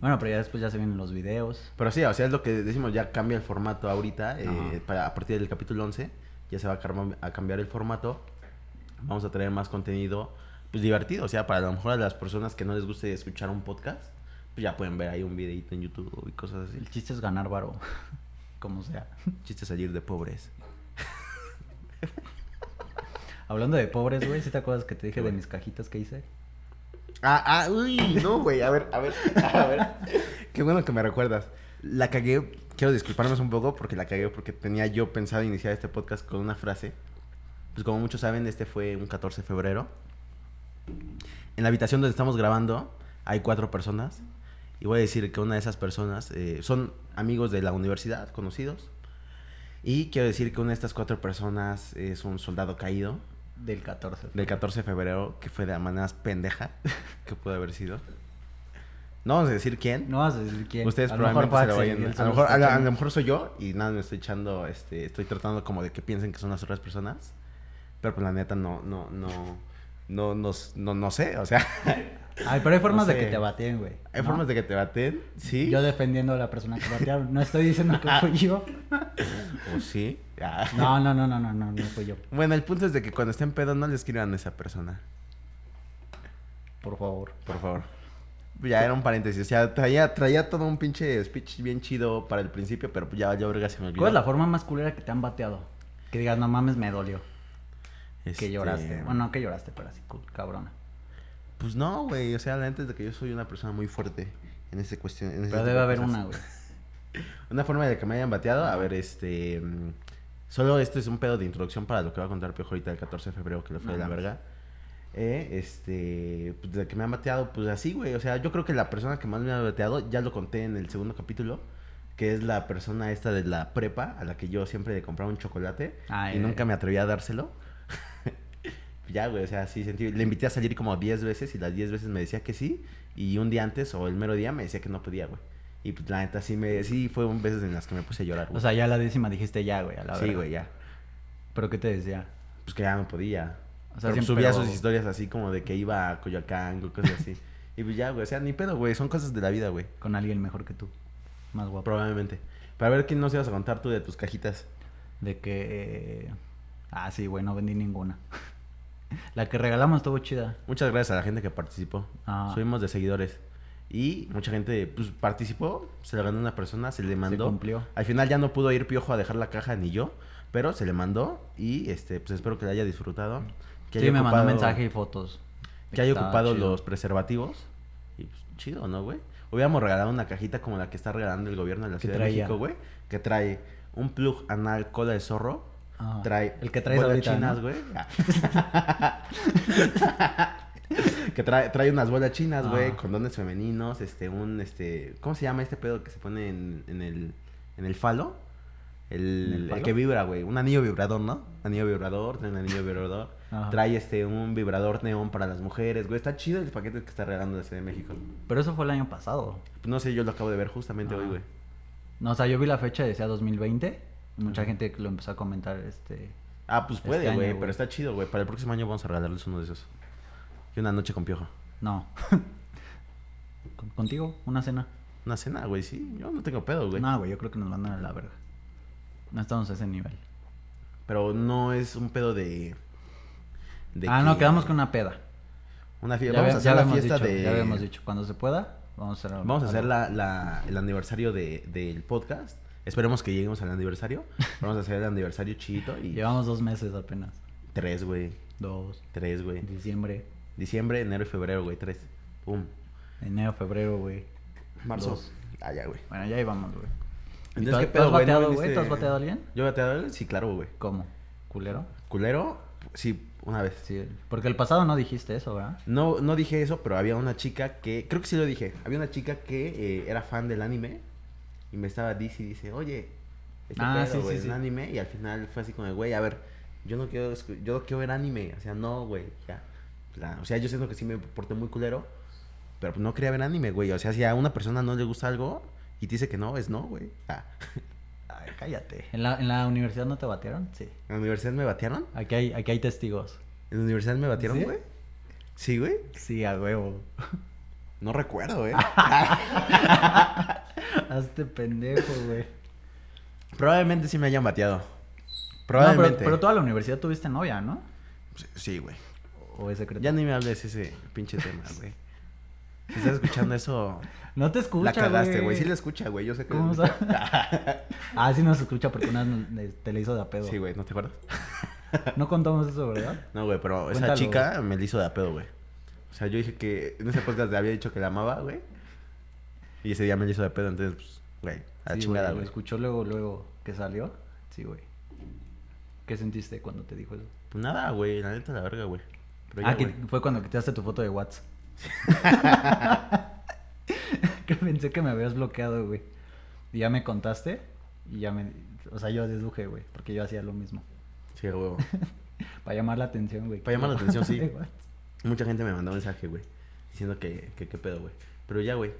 Speaker 2: Bueno, pero ya después ya se vienen los videos.
Speaker 1: Pero sí, o sea, es lo que decimos, ya cambia el formato ahorita, eh,
Speaker 2: Ajá.
Speaker 1: para, a partir del capítulo 11, ya se va a, carma- a cambiar el formato, vamos a traer más contenido, pues divertido, o sea, para a lo mejor a las personas que no les guste escuchar un podcast, pues ya pueden ver ahí un videito en YouTube y cosas así,
Speaker 2: El chiste es ganar varo. Como sea.
Speaker 1: chiste salir de pobres.
Speaker 2: Hablando de pobres, güey, ¿sí te acuerdas que te dije
Speaker 1: Qué
Speaker 2: de
Speaker 1: bueno.
Speaker 2: mis cajitas que hice?
Speaker 1: Ah, ah, uy, no, güey. A ver, a ver, a ver. Qué bueno que me recuerdas. La cagué, quiero disculparnos un poco porque la cagué porque tenía yo pensado iniciar este podcast con una frase. Pues como muchos saben, este fue un 14 de febrero. En la habitación donde estamos grabando hay cuatro personas. Y voy a decir que una de esas personas eh, son amigos de la universidad, conocidos. Y quiero decir que una de estas cuatro personas es un soldado caído
Speaker 2: Del 14.
Speaker 1: del 14 de febrero, que fue de la manera más pendeja que pudo haber sido. No vamos a decir quién.
Speaker 2: No vas a decir quién.
Speaker 1: Ustedes
Speaker 2: A lo mejor
Speaker 1: probablemente
Speaker 2: fue
Speaker 1: se lo
Speaker 2: Axel y
Speaker 1: vayan.
Speaker 2: él
Speaker 1: A
Speaker 2: solo
Speaker 1: lo, mejor,
Speaker 2: está
Speaker 1: a, la- a
Speaker 2: echando-
Speaker 1: lo mejor soy yo y nada, me estoy echando. Este, estoy tratando como de que piensen que son las otras personas. Pero pues la neta no, no, no, no, no, no, no sé. O sea,
Speaker 2: Ay, pero hay formas
Speaker 1: No
Speaker 2: de que
Speaker 1: sé.
Speaker 2: te baten, güey.
Speaker 1: hay formas de que te baten, sí. Ah.
Speaker 2: Yo defendiendo a la persona que batearon. No estoy diciendo que fui yo.
Speaker 1: O sí. Ah.
Speaker 2: No, no, no, no, no, no, no fui yo.
Speaker 1: Bueno, el punto es de que cuando estén pedo no le escriban a esa persona.
Speaker 2: Por favor.
Speaker 1: Por favor. Ya era un paréntesis. O sea, traía, traía todo un pinche speech bien chido para el principio, pero ya, ya verga se me olvidó.
Speaker 2: ¿Cuál es la forma más culera que te han bateado? Que digas, no mames, me dolió. Que
Speaker 1: Este,
Speaker 2: lloraste. Bueno, no que lloraste, pero así, cu- cabrona.
Speaker 1: Pues no, güey. O sea, la neta es de que yo soy una persona muy fuerte en ese cuestión. en ese
Speaker 2: Pero
Speaker 1: tipo
Speaker 2: debe
Speaker 1: de
Speaker 2: haber
Speaker 1: cosas.
Speaker 2: una, güey.
Speaker 1: Una forma de que me hayan bateado. A ver, este. mm, Solo esto es un pedo de introducción para lo que va a contar Piojo ahorita el 14 de febrero, que le fue de la
Speaker 2: Ajá.
Speaker 1: verga. Eh, este. Pues de que me han bateado, pues así, güey. O sea, yo creo que la persona que más me ha bateado, ya lo conté en el segundo capítulo, que es la persona esta de la prepa, a la que yo siempre le compraba un chocolate
Speaker 2: Ah,
Speaker 1: y
Speaker 2: eh.
Speaker 1: nunca me atrevía a dárselo. ya, güey, o sea, sí sentí. Le invité a salir como 10 veces y las 10 veces me decía que sí. Y un día antes o el mero día me decía que no podía, güey. Y pues la neta sí me. Sí, fue un veces en las que me puse a llorar, güey.
Speaker 2: O sea, ya la décima dijiste ya, güey, a la
Speaker 1: sí,
Speaker 2: verga.
Speaker 1: güey, ya.
Speaker 2: ¿Pero qué te decía?
Speaker 1: Pues que ya no podía.
Speaker 2: O sea,
Speaker 1: Pero, pues,
Speaker 2: siempre-
Speaker 1: subía sus historias así como de que iba a Coyoacán o cosas así. y pues ya, güey, o sea, ni pedo, güey. Son cosas de la vida, güey.
Speaker 2: Con alguien mejor que tú. Más guapo.
Speaker 1: Probablemente. Para ver qué nos ibas a contar tú de tus cajitas.
Speaker 2: De que... eh, Ah, sí, güey, no vendí ninguna. la que regalamos estuvo chida.
Speaker 1: Muchas gracias a la gente que participó.
Speaker 2: Ah.
Speaker 1: Subimos de seguidores. Y mucha gente pues, participó, se le ganó una persona, se le mandó.
Speaker 2: cumplió.
Speaker 1: Al final ya no pudo ir Piojo a dejar la caja ni yo, pero se le mandó y este pues espero que la haya disfrutado. Que
Speaker 2: sí,
Speaker 1: haya
Speaker 2: me mandó
Speaker 1: ocupado-
Speaker 2: mensaje y fotos. de
Speaker 1: Que haya
Speaker 2: estaba
Speaker 1: ocupado
Speaker 2: chido.
Speaker 1: los preservativos. Y pues chido, ¿no, güey? Hubiéramos regalado una cajita como la que está regalando el gobierno de la
Speaker 2: ¿Qué
Speaker 1: Ciudad de
Speaker 2: traía?
Speaker 1: México, güey. Que trae un plug anal cola de zorro.
Speaker 2: Ah,
Speaker 1: Trae
Speaker 2: El que traes
Speaker 1: bolas
Speaker 2: ahorita,
Speaker 1: chinas,
Speaker 2: ¿no?
Speaker 1: güey. Ah. que trae, trae unas bolas chinas, güey,
Speaker 2: Ah.
Speaker 1: condones femeninos, este, un, este, ¿cómo se llama este pedo que se pone en, en el, en el falo? El,
Speaker 2: ¿El
Speaker 1: el
Speaker 2: palo?
Speaker 1: que vibra, güey. Un anillo vibrador, ¿no? Anillo vibrador, trae un anillo vibrador.
Speaker 2: Ajá.
Speaker 1: Trae este, un vibrador neón para las mujeres, güey. Está chido el paquete que está regalando la Ciudad de México.
Speaker 2: Pero eso fue el año pasado.
Speaker 1: No sé, yo lo acabo de ver justamente
Speaker 2: Ah.
Speaker 1: hoy, güey.
Speaker 2: No, o sea, yo vi la fecha y decía 2020. y Mucha gente lo empezó a comentar, este...
Speaker 1: Ah, pues
Speaker 2: Este
Speaker 1: puede,
Speaker 2: año,
Speaker 1: güey,
Speaker 2: güey.
Speaker 1: pero está chido, güey. Para el próximo año vamos a regalarles uno de esos. Y una noche con piojo.
Speaker 2: No. Con- ¿Contigo? ¿Una cena?
Speaker 1: Una cena, güey, sí. Yo no tengo pedo, güey.
Speaker 2: No, güey, yo creo que nos mandan a la verga. No estamos a ese nivel.
Speaker 1: Pero no es un pedo de. de
Speaker 2: ah, no,
Speaker 1: que-
Speaker 2: quedamos con una peda.
Speaker 1: Una
Speaker 2: Ya,
Speaker 1: fiesta. Vamos a
Speaker 2: había- ya
Speaker 1: hacer la
Speaker 2: habíamos
Speaker 1: fiesta
Speaker 2: dicho,
Speaker 1: de.
Speaker 2: ya habíamos dicho, cuando se pueda, vamos a hacer algo-
Speaker 1: Vamos a hacer
Speaker 2: algo.
Speaker 1: la, la- el aniversario de, del podcast. Esperemos que lleguemos al aniversario. Vamos a hacer el aniversario chidito y.
Speaker 2: Llevamos dos meses apenas.
Speaker 1: Tres, güey.
Speaker 2: Dos.
Speaker 1: Tres, güey.
Speaker 2: Diciembre,
Speaker 1: Diciembre, enero y febrero, güey. Tres. Pum.
Speaker 2: enero, febrero, güey.
Speaker 1: Marzo.
Speaker 2: Dos.
Speaker 1: Ah, ya, güey.
Speaker 2: Bueno, ya íbamos, güey. ¿Y
Speaker 1: Entonces,
Speaker 2: tú-
Speaker 1: ¿qué pedo,
Speaker 2: tú
Speaker 1: güey?
Speaker 2: has
Speaker 1: ¿No
Speaker 2: bateado, güey?
Speaker 1: viniste-
Speaker 2: ¿Tú has bateado a alguien?
Speaker 1: ¿Yo he bateado a alguien? Sí, claro, güey.
Speaker 2: ¿Cómo? ¿Culero?
Speaker 1: ¿Culero? Sí, una vez.
Speaker 2: Sí. Porque el pasado no dijiste eso, ¿verdad?
Speaker 1: No, no dije eso, pero había una chica que. Creo que sí lo dije. Había una chica que eh, era fan del anime. Y me estaba dice y dice, oye, este
Speaker 2: Ah,
Speaker 1: pedo,
Speaker 2: sí, sí,
Speaker 1: güey,
Speaker 2: sí.
Speaker 1: un anime. Y al final fue así como de, güey, a ver, yo no quiero escu- yo no quiero ver anime. O sea, no, güey. ya. La- o sea, yo siento que sí me porté muy culero. Pero no quería ver anime, güey. O sea, si a una persona no le gusta algo y te dice que no, es no, güey. Ah,
Speaker 2: Ay, cállate. ¿En la, ¿En la universidad no te batieron? Sí.
Speaker 1: ¿En la universidad me batearon?
Speaker 2: Aquí hay, aquí hay testigos.
Speaker 1: ¿En la universidad me batieron,
Speaker 2: ¿Sí?
Speaker 1: güey? ¿Sí, güey?
Speaker 2: Sí, a huevo.
Speaker 1: No recuerdo, eh.
Speaker 2: Hazte pendejo, güey.
Speaker 1: Probablemente sí me hayan bateado.
Speaker 2: No, pero,
Speaker 1: Probablemente.
Speaker 2: pero tú a la universidad tuviste novia, ¿no?
Speaker 1: Sí, güey.
Speaker 2: ¿O es secreto?
Speaker 1: Ya ni me hables ese pinche tema, güey. Si estás escuchando eso,
Speaker 2: No te escucha,
Speaker 1: la
Speaker 2: güey.
Speaker 1: cagaste, güey. Sí la escucha, güey. Yo sé que...
Speaker 2: ¿Cómo sabes? ah, sí nos escucha porque una vez nos- te le hizo de a pedo.
Speaker 1: Sí, güey. ¿No te acuerdas?
Speaker 2: No contamos eso, ¿verdad?
Speaker 1: No, güey, pero esa
Speaker 2: Cuéntalo,
Speaker 1: chica me la hizo de a pedo, güey. O sea, yo dije que en ese podcast le había dicho que la amaba, güey. Y ese día me la hizo de pedo, entonces, pues, güey, a la
Speaker 2: Sí,
Speaker 1: chingada,
Speaker 2: lo
Speaker 1: güey.
Speaker 2: escuchó luego, luego que salió. Sí, güey. ¿Qué sentiste cuando te dijo eso?
Speaker 1: Pues nada, güey, la neta la verga, güey. Pero
Speaker 2: ah,
Speaker 1: ya,
Speaker 2: que
Speaker 1: güey.
Speaker 2: fue cuando quitaste tu foto de WhatsApp. que pensé que me habías bloqueado, güey. Y ya me contaste y ya me... O sea, yo deduje, güey, porque yo hacía lo mismo.
Speaker 1: Sí, güey.
Speaker 2: Para llamar la atención, güey.
Speaker 1: Para llamar la atención, sí.
Speaker 2: De WhatsApp.
Speaker 1: Mucha gente me mandó mensaje, güey. Diciendo que, que qué pedo, güey. Pero ya, güey.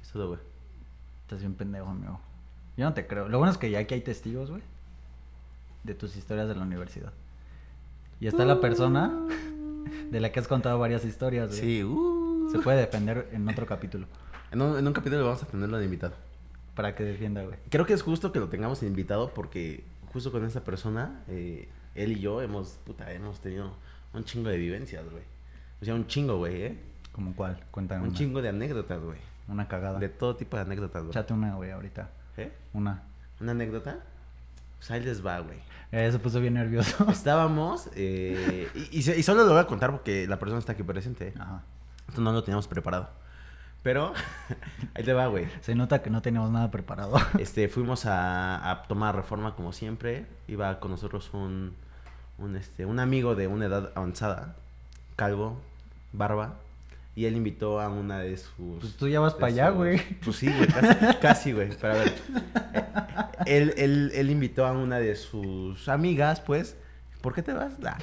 Speaker 1: Es todo, güey.
Speaker 2: Estás bien pendejo, amigo. Yo no te creo. Lo bueno es que ya aquí hay testigos, güey. De tus historias de la universidad. Y está la persona de la que has contado varias historias, güey.
Speaker 1: Sí, uh.
Speaker 2: Se puede defender en otro capítulo.
Speaker 1: En un, en un capítulo vamos a tenerlo de invitado.
Speaker 2: Para que defienda, güey.
Speaker 1: Creo que es justo que lo tengamos invitado porque justo con esta persona, eh, él y yo hemos, puta, hemos tenido un chingo de vivencias, güey. O sea, un chingo, güey, ¿eh?
Speaker 2: ¿Como cuál? Cuéntame
Speaker 1: Un
Speaker 2: una.
Speaker 1: chingo de anécdotas, güey.
Speaker 2: Una cagada.
Speaker 1: De todo tipo de anécdotas, güey.
Speaker 2: Échate una, güey, ahorita.
Speaker 1: ¿Eh?
Speaker 2: Una.
Speaker 1: ¿Una anécdota? Pues ahí les va, güey.
Speaker 2: Eh, se puso bien nervioso.
Speaker 1: Estábamos, eh, y, y se- y solo lo voy a contar porque la persona está aquí presente. ¿eh?
Speaker 2: Ajá.
Speaker 1: Esto no lo teníamos preparado. Pero, ahí te va, güey.
Speaker 2: Se nota que no teníamos nada preparado.
Speaker 1: Este, fuimos a, a tomar reforma como siempre. Iba con nosotros un, un, este, un amigo de una edad avanzada, calvo, barba, y él invitó a una de sus...
Speaker 2: Pues tú ya vas
Speaker 1: de
Speaker 2: para allá,
Speaker 1: sus-
Speaker 2: güey.
Speaker 1: Pues sí, güey, casi, casi, güey, pero a ver. Él, él- él invitó a una de sus amigas, pues, ¿por qué te vas? Nah.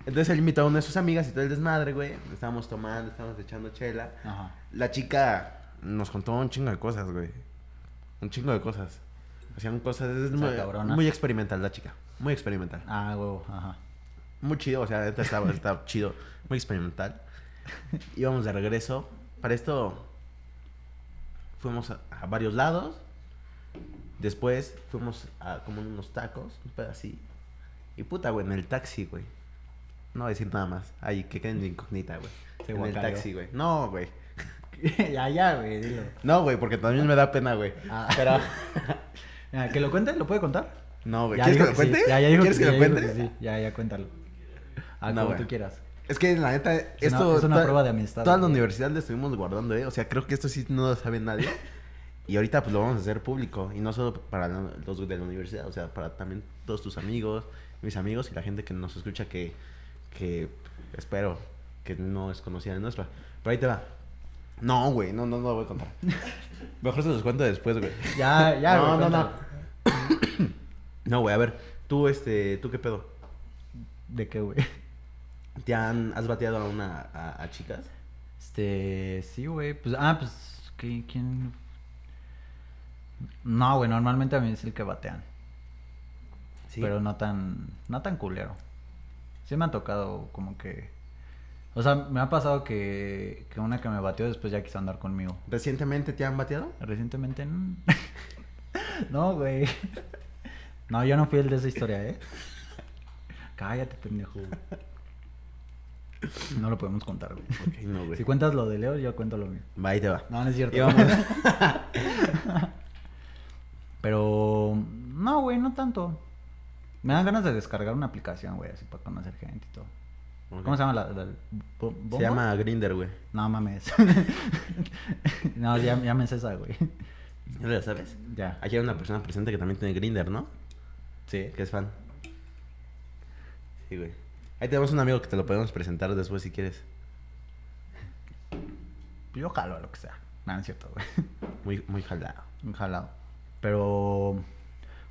Speaker 1: Entonces él invitó a una de sus amigas y todo el desmadre, güey. Estábamos tomando, estábamos echando chela.
Speaker 2: Ajá.
Speaker 1: La chica nos contó un chingo de cosas, güey. Un chingo de cosas. Hacían cosas. Es
Speaker 2: sea,
Speaker 1: muy,
Speaker 2: cabrona.
Speaker 1: muy experimental la chica. Muy experimental.
Speaker 2: Ah, huevo. Ajá.
Speaker 1: Muy chido, o sea, neta estaba, estaba chido. Muy experimental. Íbamos de regreso. Para esto fuimos a, a varios lados. Después fuimos a como unos tacos, un pedo así. Y puta, güey, en el taxi, güey. No voy a decir nada más. Ahí, que queden de incógnita, güey.
Speaker 2: Se
Speaker 1: En el
Speaker 2: guacareó.
Speaker 1: taxi, güey. No, güey.
Speaker 2: ya, ya, güey, dilo.
Speaker 1: No, güey, porque también me da pena, güey.
Speaker 2: Ah.
Speaker 1: Pero.
Speaker 2: Mira, ¿Que lo cuente? ¿Lo puede contar?
Speaker 1: No, güey.
Speaker 2: Ya
Speaker 1: ¿Quieres que lo
Speaker 2: dijo sí.
Speaker 1: cuente?
Speaker 2: Ya, ya dijo
Speaker 1: ¿Quieres que,
Speaker 2: sí,
Speaker 1: lo
Speaker 2: ya dijo
Speaker 1: cuente?
Speaker 2: sí. Ya, ya, cuéntalo. Ah,
Speaker 1: No,
Speaker 2: como
Speaker 1: güey.
Speaker 2: tú quieras.
Speaker 1: Es que la neta,
Speaker 2: Es una-
Speaker 1: esto.
Speaker 2: es una
Speaker 1: toda-
Speaker 2: prueba de amistad,
Speaker 1: Toda la
Speaker 2: güey.
Speaker 1: universidad le estuvimos guardando, ¿eh? O sea, creo que esto sí no lo sabe nadie. Y ahorita, pues lo vamos a hacer público. Y no solo para la- los de la universidad, o sea, para también todos tus amigos, mis amigos y la gente que nos escucha que. que espero que no es conocida de nuestra. Pero ahí te va. No, güey, no, no, no lo voy a contar. Mejor se los cuento después, güey.
Speaker 2: Ya, ya,
Speaker 1: no,
Speaker 2: güey,
Speaker 1: no, no.
Speaker 2: cuéntalo.
Speaker 1: No, güey, a ver, tú, este, ¿tú qué pedo?
Speaker 2: ¿De qué, güey?
Speaker 1: ¿Te han, has bateado a una, a, a chicas?
Speaker 2: Este, sí, güey. Pues, ah, pues, ¿qué- ¿quién? No, güey, normalmente a mí es el que batean.
Speaker 1: Sí.
Speaker 2: Pero no tan, no tan culero. Sí me han tocado como que... O sea, me ha pasado que, que una que me batió después ya quiso andar conmigo.
Speaker 1: ¿Recientemente te han bateado?
Speaker 2: Recientemente... mm. no, güey. No, yo no fui el de esa historia, ¿eh? Cállate, pendejo. No lo podemos contar, güey.
Speaker 1: Ok, no, güey.
Speaker 2: Si cuentas lo de Leo, yo cuento lo mío.
Speaker 1: Va, ahí te va.
Speaker 2: No, no es cierto.
Speaker 1: Y vamos.
Speaker 2: Pero no, güey, no tanto. Me dan ganas de descargar una aplicación, güey, así para conocer gente y todo. ¿Cómo se llama la? la- Bo- Bumble?
Speaker 1: Se llama Grinder, güey.
Speaker 2: No mames. no, ya, ya me es esa, güey.
Speaker 1: ¿Ya la sabes?
Speaker 2: Ya.
Speaker 1: Aquí hay una persona presente que también tiene Grinder, ¿no?
Speaker 2: Sí.
Speaker 1: Que es fan. Sí, güey. Ahí tenemos un amigo que te lo podemos presentar después si quieres.
Speaker 2: Yo jalo a lo que sea. No, no es cierto, güey.
Speaker 1: Muy, muy jalado.
Speaker 2: Un Jalado. Pero.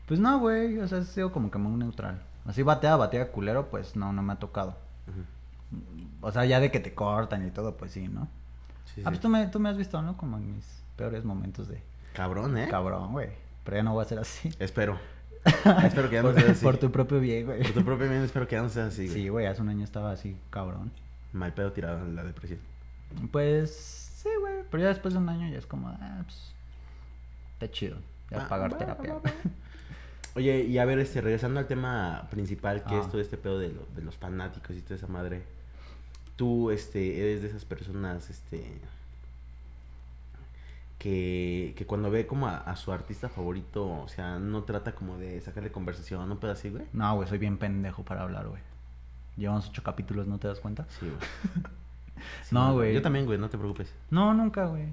Speaker 2: Pues no, güey. O sea, he sido como que muy neutral. Así batea, batea culero, pues no, no me ha tocado.
Speaker 1: Ujú.
Speaker 2: O sea, ya de que te cortan y todo, pues sí, ¿no?
Speaker 1: Sí,
Speaker 2: Ah, pues
Speaker 1: sí.
Speaker 2: tú me, tú me has visto, ¿no? Como en mis peores momentos de
Speaker 1: Cabrón, ¿eh?
Speaker 2: cabrón, güey. Pero ya no voy a ser así.
Speaker 1: Espero. Ah, espero que ya no
Speaker 2: por,
Speaker 1: seas así.
Speaker 2: por tu propio bien, güey.
Speaker 1: Por tu propio bien, espero que ya no seas así, güey.
Speaker 2: Sí, güey, hace un año estaba así, cabrón.
Speaker 1: Mal pedo tirado en la depresión.
Speaker 2: Pues sí, güey. Pero ya después de un año ya es como, ah, pues. Está chido. Ya
Speaker 1: Ah,
Speaker 2: pagar
Speaker 1: va,
Speaker 2: terapia.
Speaker 1: va, va. Oye, y a ver, este, regresando al tema principal, que
Speaker 2: Ah.
Speaker 1: es todo este pedo de, lo- de los fanáticos y toda esa madre. Tú, este, eres de esas personas, este, que, que cuando ve como a, a su artista favorito, o sea, no trata como de sacarle conversación, ¿no pedo así, güey?
Speaker 2: No, güey, soy bien pendejo para hablar, güey. Llevamos ocho capítulos, ¿no te das cuenta?
Speaker 1: Sí, güey. Sí,
Speaker 2: No, güey.
Speaker 1: Yo también, güey, no te preocupes.
Speaker 2: No, nunca, güey.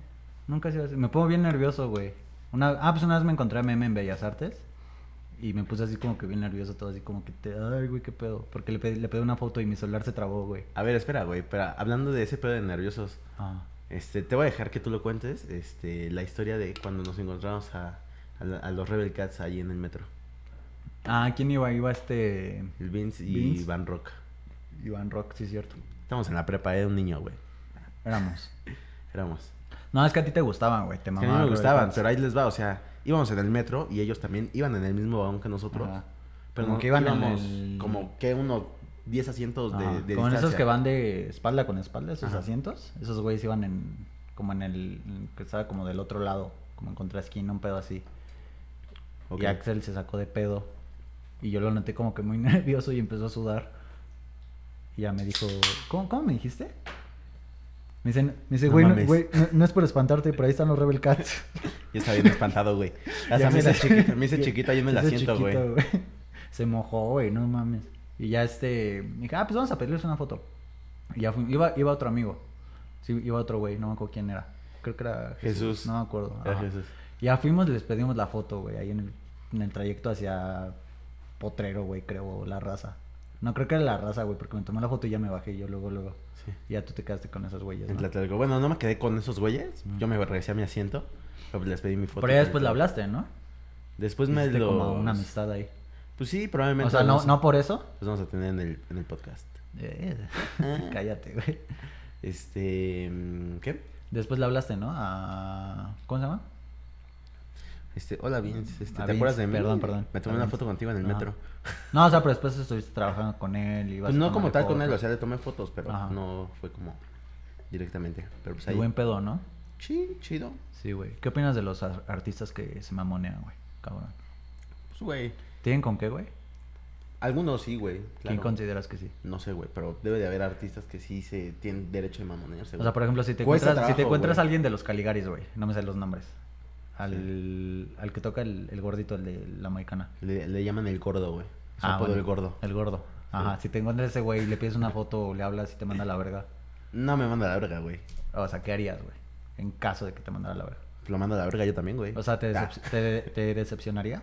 Speaker 2: Nunca he sido así. Me pongo bien nervioso, güey. Una... Ah, pues una vez me encontré a Meme en Bellas Artes. Y me puse así como que bien nervioso, todo así como que te. Ay, güey, qué pedo. Porque le pedí, le pedí una foto y mi celular se trabó, güey.
Speaker 1: A ver, espera, güey, pero hablando de ese pedo de nerviosos,
Speaker 2: Ah.
Speaker 1: Este, te voy a dejar que tú lo cuentes, este, la historia de cuando nos encontramos a, a la- a los Rebel Cats ahí en el metro.
Speaker 2: Ah, ¿quién iba? Iba este.
Speaker 1: El Vince y
Speaker 2: Vince.
Speaker 1: Van Rock.
Speaker 2: Iván Rock, sí, es cierto.
Speaker 1: Estamos en la prepa, era un niño, güey.
Speaker 2: Éramos.
Speaker 1: Éramos.
Speaker 2: No, es que a ti te gustaban, güey. Te
Speaker 1: Que a mí
Speaker 2: mamaban
Speaker 1: me
Speaker 2: Roy
Speaker 1: gustaban,
Speaker 2: Pants.
Speaker 1: pero ahí les va, o sea, íbamos en el metro y ellos también iban en el mismo vagón que nosotros.
Speaker 2: Ajá.
Speaker 1: Pero
Speaker 2: Como
Speaker 1: no-
Speaker 2: que iban en
Speaker 1: íbamos
Speaker 2: el-
Speaker 1: como que unos 10 asientos de,
Speaker 2: Ajá.
Speaker 1: de
Speaker 2: Como en esos
Speaker 1: distancia.
Speaker 2: que van de espalda con espalda, esos
Speaker 1: Ajá.
Speaker 2: asientos. Esos güeyes iban en. Como en el. en- que estaba como del otro lado. Como en contraesquina, un pedo así.
Speaker 1: Ok.
Speaker 2: Y Axel se sacó de pedo. Y yo lo noté como que muy nervioso y empezó a sudar. Y ya me dijo, ¿cómo, cómo me dijiste? Me dice, me dice
Speaker 1: No
Speaker 2: güey, no,
Speaker 1: mames.
Speaker 2: güey, no- no es por espantarte, pero ahí están los Rebel Cats.
Speaker 1: Yo estaba bien espantado, güey.
Speaker 2: Ya
Speaker 1: Hasta me
Speaker 2: se-
Speaker 1: hice chiquito, me hice
Speaker 2: ya-
Speaker 1: chiquito, ahí me
Speaker 2: se
Speaker 1: la
Speaker 2: hizo
Speaker 1: siento, güey.
Speaker 2: chiquito, Se mojó, güey, no mames. Y ya este, me dije, ah, pues vamos a pedirles una foto. Y ya fui, iba, iba otro amigo. Sí, iba otro güey, no me acuerdo quién era. Creo que era Jesús.
Speaker 1: Jesús.
Speaker 2: No me acuerdo.
Speaker 1: Era
Speaker 2: ajá.
Speaker 1: Jesús.
Speaker 2: Ya fuimos, les pedimos la foto, güey, ahí en el, en el trayecto hacia Potrero, güey, creo, o La Raza. No creo que era La Raza, güey, porque me tomé la foto y ya me bajé y yo luego, luego.
Speaker 1: Sí.
Speaker 2: Y ya tú te quedaste con esas huellas,
Speaker 1: En
Speaker 2: ¿no?
Speaker 1: Tlatelolco. Bueno, no me quedé con esos güeyes. Yo me regresé a mi asiento. pero Les pedí mi foto.
Speaker 2: Pero ya después la
Speaker 1: hablaste
Speaker 2: hablaste, ¿no?
Speaker 1: Después Pues me
Speaker 2: Hiciste
Speaker 1: lo.
Speaker 2: como una amistad ahí.
Speaker 1: Pues sí, probablemente.
Speaker 2: O sea,
Speaker 1: los
Speaker 2: no,
Speaker 1: vamos a-
Speaker 2: no por eso.
Speaker 1: Los vamos a tener en el, en el podcast.
Speaker 2: Eh,
Speaker 1: Ah.
Speaker 2: cállate, güey.
Speaker 1: Este. mm, ¿Qué?
Speaker 2: Después la hablaste, ¿no? A... ¿Cómo se llama?
Speaker 1: Este, hola, Vince. Este, ¿Te
Speaker 2: Ah, Vince,
Speaker 1: acuerdas de mí?
Speaker 2: perdón, perdón.
Speaker 1: Me tomé
Speaker 2: Ah,
Speaker 1: una
Speaker 2: Vince.
Speaker 1: foto contigo en el
Speaker 2: Ajá.
Speaker 1: metro.
Speaker 2: No, o sea, pero después estuviste trabajando con él. Y ibas
Speaker 1: Pues no
Speaker 2: a
Speaker 1: como tal con él,
Speaker 2: tomarle
Speaker 1: o sea, le tomé fotos, pero
Speaker 2: Ajá.
Speaker 1: no fue como directamente. Pero pues
Speaker 2: fotos. Y
Speaker 1: ahí.
Speaker 2: buen pedo, ¿no?
Speaker 1: Sí, chido.
Speaker 2: Sí, güey. ¿Qué opinas de los ar- artistas que se mamonean, güey? Cabrón.
Speaker 1: Pues güey.
Speaker 2: ¿Tienen con qué, güey?
Speaker 1: Algunos sí, güey.
Speaker 2: ¿Quién
Speaker 1: claro.
Speaker 2: consideras que sí?
Speaker 1: No sé, güey, pero debe de haber artistas que sí se tienen derecho de mamoneo,
Speaker 2: O sea, por ejemplo, si te
Speaker 1: Cuesta
Speaker 2: encuentras, si te
Speaker 1: trabajo,
Speaker 2: encuentras a
Speaker 1: güey.
Speaker 2: alguien de los Caligaris, güey. No me sé los nombres. Al, al que toca el, el gordito, el de la moicana.
Speaker 1: Le, le llaman el gordo, güey. Es un
Speaker 2: Ah,
Speaker 1: apodo
Speaker 2: bueno,
Speaker 1: el gordo.
Speaker 2: El gordo. Ajá.
Speaker 1: Sí.
Speaker 2: Si te encuentras a ese güey y le pides una foto o le hablas y te manda a la verga.
Speaker 1: No me manda a la verga, güey.
Speaker 2: O sea, ¿qué harías, güey? En caso de que te mandara a la verga.
Speaker 1: Lo manda a la verga yo también, güey.
Speaker 2: O sea, ¿te,
Speaker 1: Ah,
Speaker 2: decep- te, te decepcionarías?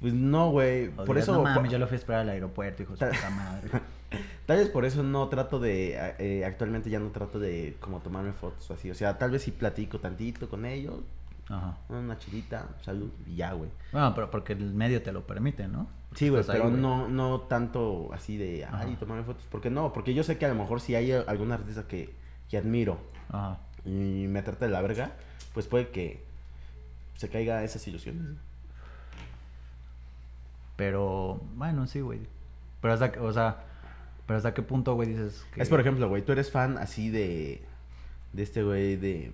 Speaker 1: Pues no, güey.
Speaker 2: O
Speaker 1: Por
Speaker 2: dirías,
Speaker 1: eso.
Speaker 2: No
Speaker 1: por-
Speaker 2: mames, yo lo fui a esperar al aeropuerto, hijo de su
Speaker 1: Ta-
Speaker 2: puta madre.
Speaker 1: Tal vez por eso no trato de. eh, actualmente ya no trato de como tomarme fotos o así. O sea, tal vez sí platico tantito con ellos.
Speaker 2: Ajá.
Speaker 1: Una chilita, salud y ya, güey.
Speaker 2: Bueno, pero porque el medio te lo permite, ¿no?
Speaker 1: Sí, güey,
Speaker 2: Estás ahí,
Speaker 1: pero no, no tanto así de, ay,
Speaker 2: Ajá.
Speaker 1: tomarme fotos. Porque no, porque yo sé que a lo mejor si hay algún artista que, que admiro
Speaker 2: Ajá.
Speaker 1: y me trata de la verga, pues puede que se caiga esas ilusiones.
Speaker 2: Pero, bueno, sí, güey. Pero hasta, que- o sea, pero hasta qué punto, güey, dices que...
Speaker 1: Es por ejemplo, güey, tú eres fan así de, de este güey de,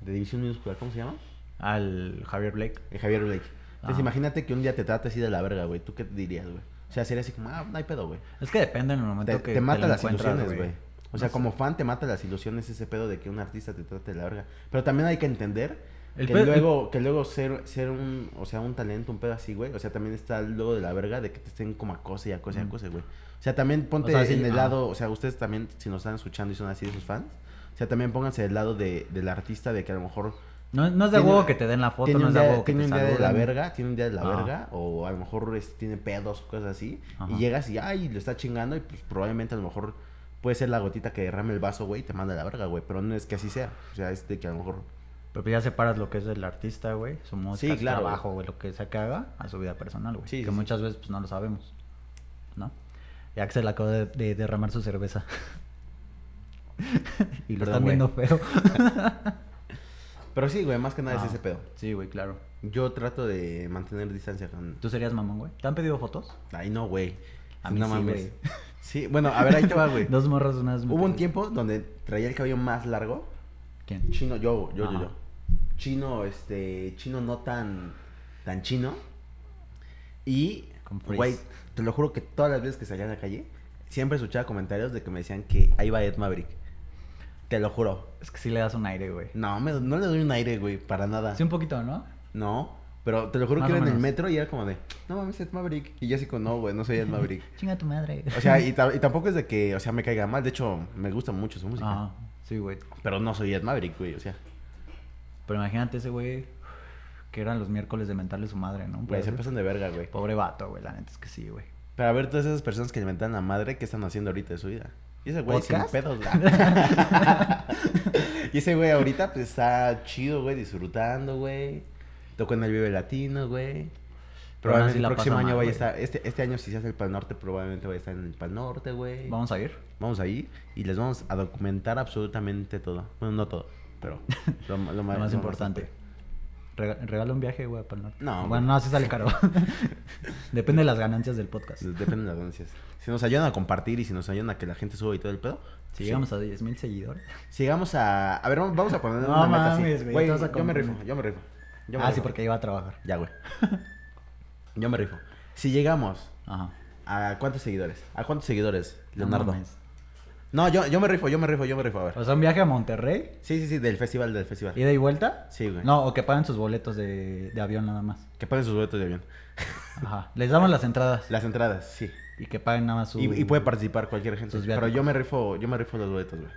Speaker 1: de División Minuscular, ¿cómo se llama?
Speaker 2: Al Javier Blake.
Speaker 1: Eh, Javier Blake. Entonces
Speaker 2: Ajá.
Speaker 1: imagínate que un día te trate así de la verga, güey. ¿Tú qué dirías, güey? O sea, sería así como, ah, no hay pedo, güey.
Speaker 2: Es que depende en el momento
Speaker 1: Te,
Speaker 2: que
Speaker 1: te mata
Speaker 2: lo
Speaker 1: las
Speaker 2: encuentras,
Speaker 1: ilusiones, güey. O
Speaker 2: No
Speaker 1: sea,
Speaker 2: sé.
Speaker 1: como fan te mata las ilusiones ese pedo de que un artista te trate de la verga. Pero también hay que entender
Speaker 2: El
Speaker 1: que,
Speaker 2: pedo-
Speaker 1: luego, que luego ser, ser un, o sea, un talento, un pedo así, güey. O sea, también está el luego de la verga de que te estén como acose y acose y
Speaker 2: Mm.
Speaker 1: acose, güey. O sea, también ponte
Speaker 2: sea, sí,
Speaker 1: en el
Speaker 2: ah.
Speaker 1: lado, o sea, ustedes también, si nos están escuchando y son así de sus fans, o sea, también pónganse del lado de, del artista de que a lo mejor
Speaker 2: No, no es de
Speaker 1: Tiene-
Speaker 2: huevo que te den la foto,
Speaker 1: tiene
Speaker 2: no
Speaker 1: un
Speaker 2: es de
Speaker 1: día,
Speaker 2: huevo que
Speaker 1: tiene
Speaker 2: te
Speaker 1: un día de la
Speaker 2: saluden.
Speaker 1: verga, tiene un día de la
Speaker 2: Ajá.
Speaker 1: verga, o a lo mejor es- tiene pedos, cosas así,
Speaker 2: Ajá.
Speaker 1: y llegas y, ay, lo está chingando, y pues probablemente a lo mejor puede ser la gotita que derrame el vaso, güey, y te manda a la verga, güey, pero no es que así sea, o sea, es de que a lo mejor...
Speaker 2: Pero pues ya separas lo que es el artista, güey, su música, su
Speaker 1: claro,
Speaker 2: trabajo, güey, lo que sea que haga a su vida personal, güey.
Speaker 1: Sí, sí,
Speaker 2: que
Speaker 1: sí.
Speaker 2: muchas veces pues no lo sabemos, ¿no? Y Axel acaba de, de derramar su cerveza. y lo
Speaker 1: Perdón,
Speaker 2: están viendo feo.
Speaker 1: Pero sí, güey, más que nada
Speaker 2: Ah,
Speaker 1: es ese pedo.
Speaker 2: Sí, güey, claro.
Speaker 1: Yo trato de mantener distancia con...
Speaker 2: ¿Tú serías mamón, güey? ¿Te han pedido fotos?
Speaker 1: Ay, no, güey.
Speaker 2: A mí
Speaker 1: no
Speaker 2: sí,
Speaker 1: mames.
Speaker 2: güey.
Speaker 1: Sí, bueno, a ver, ahí te va, Ah, güey.
Speaker 2: Dos morros una vez me
Speaker 1: Hubo un
Speaker 2: pidieron-
Speaker 1: tiempo donde traía el cabello más largo,
Speaker 2: ¿Quién?
Speaker 1: Chino, yo, yo, yo,
Speaker 2: Ajá.
Speaker 1: yo. Chino, este, chino no tan, tan chino. Y,
Speaker 2: Con frizz.
Speaker 1: güey, te lo juro que todas las veces que salía a la calle, siempre escuchaba comentarios de que me decían que ahí va Ed Maverick. Te lo juro.
Speaker 2: Es que sí le das un aire, güey.
Speaker 1: No, me- no le doy un aire, güey, para nada.
Speaker 2: Sí, un poquito, ¿no?
Speaker 1: No, pero te lo juro
Speaker 2: Más
Speaker 1: que
Speaker 2: o
Speaker 1: iba en el
Speaker 2: menos.
Speaker 1: metro y era como de, no mames, Ed Maverick. Y yo así como, no, güey, no soy Ed Maverick.
Speaker 2: Chinga tu madre.
Speaker 1: O sea, y, ta- y tampoco es de que, o sea, me caiga mal. De hecho, me gusta mucho su música.
Speaker 2: Ajá, Ah, sí, güey.
Speaker 1: Pero no soy Ed Maverick, güey, o sea.
Speaker 2: Pero imagínate ese güey que eran los miércoles de mentarle su madre, ¿no?
Speaker 1: Güey, se
Speaker 2: Pero-
Speaker 1: pasan de verga, güey.
Speaker 2: Pobre vato, güey, la neta es que sí, güey.
Speaker 1: Para ver todas esas personas que le inventan la madre, ¿qué están haciendo ahorita de su vida? Y ese güey sin
Speaker 2: ¿Podcast?
Speaker 1: pedos, güey. y ese güey ahorita pues está chido, güey, disfrutando, güey. Tocó en el Vive Latino, güey.
Speaker 2: Pero aún
Speaker 1: Probablemente
Speaker 2: así
Speaker 1: el
Speaker 2: la
Speaker 1: próximo
Speaker 2: pasa
Speaker 1: año
Speaker 2: mal,
Speaker 1: vaya a
Speaker 2: güey.
Speaker 1: estar, este, este año si se hace el Pal Norte, probablemente vaya a estar en el Pal Norte, güey. Vamos.
Speaker 2: Vamos a ir.
Speaker 1: ahí y les vamos a documentar absolutamente todo. Bueno, no todo, pero lo, ma- lo
Speaker 2: Lo
Speaker 1: ma-
Speaker 2: más,
Speaker 1: lo
Speaker 2: importante. Rega- Regala un viaje, güey, para el norte.
Speaker 1: No, güey.
Speaker 2: Bueno, no, sí sale caro. Depende de las ganancias del podcast. Si
Speaker 1: Depende de las ganancias. Si nos ayudan a compartir y si nos ayudan a que la gente suba y todo el pedo. sí.
Speaker 2: llegamos a 10 mil seguidores.
Speaker 1: Sigamos a. A ver, vamos- vamos a poner
Speaker 2: No
Speaker 1: una meta
Speaker 2: mames,
Speaker 1: así.
Speaker 2: güey,
Speaker 1: Güey,
Speaker 2: te vas a
Speaker 1: yo me
Speaker 2: comprar-
Speaker 1: rifo, yo me rifo. Yo me
Speaker 2: ah,
Speaker 1: rifo.
Speaker 2: sí, porque iba a trabajar.
Speaker 1: Ya, güey. Yo me rifo. Si llegamos
Speaker 2: Ajá.
Speaker 1: a cuántos seguidores? ¿A cuántos seguidores,
Speaker 2: No
Speaker 1: Leonardo?
Speaker 2: mames.
Speaker 1: No, yo, yo me rifo, yo me rifo, yo me rifo. A ver.
Speaker 2: O sea, un viaje a Monterrey,
Speaker 1: Sí, sí, sí, del festival, del festival.
Speaker 2: ida y vuelta.
Speaker 1: Sí, güey.
Speaker 2: No, o que paguen sus boletos de, de avión nada más.
Speaker 1: Que paguen sus boletos de avión.
Speaker 2: Ajá. Les damos las entradas.
Speaker 1: Las entradas, sí.
Speaker 2: Y que paguen nada más su.
Speaker 1: Y, y puede participar cualquier gente.
Speaker 2: sus
Speaker 1: Pero
Speaker 2: viáticos.
Speaker 1: yo me rifo, yo me rifo los boletos, güey.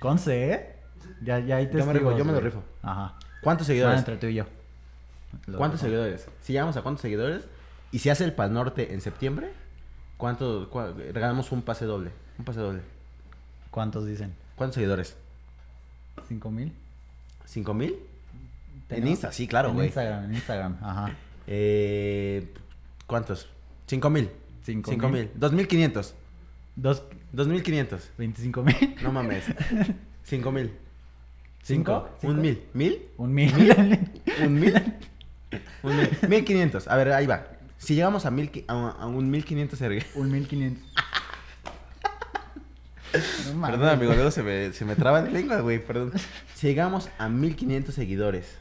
Speaker 2: Conce, ¿eh? Ya, ya ahí te
Speaker 1: Yo me rifo, yo me lo rifo.
Speaker 2: Ajá.
Speaker 1: ¿Cuántos
Speaker 2: Van
Speaker 1: seguidores?
Speaker 2: entre tú y yo. Lo-
Speaker 1: ¿Cuántos seguidores? Si llegamos a cuántos seguidores y si hace el Pal Norte en septiembre, ¿cuánto cua- regalamos un pase doble? Un pase doble.
Speaker 2: ¿Cuántos dicen?
Speaker 1: ¿Cuántos seguidores?
Speaker 2: ¿Cinco mil?
Speaker 1: ¿Cinco mil? En
Speaker 2: Tenemos-
Speaker 1: Insta, sí, claro,
Speaker 2: en
Speaker 1: güey.
Speaker 2: Instagram, en Instagram, ajá.
Speaker 1: Eh, ¿Cuántos? Cinco mil.
Speaker 2: Cinco
Speaker 1: Cinco
Speaker 2: mil.
Speaker 1: mil. Dos mil quinientos.
Speaker 2: Dos,
Speaker 1: Dos mil quinientos.
Speaker 2: veinticinco mil.
Speaker 1: No mames. Cinco mil.
Speaker 2: ¿Cinco?
Speaker 1: Un
Speaker 2: ¿Cinco?
Speaker 1: mil. ¿Mil?
Speaker 2: Un mil.
Speaker 1: ¿Un mil? Un mil. Mil quinientos. A ver, ahí va. Si llegamos a, mil, qui- a, a un mil quinientos... ergue-
Speaker 2: Un mil quinientos. No mames.
Speaker 1: Perdón, amigo, luego se me, se me traba la lengua, güey, perdón. Si llegamos a 1500 seguidores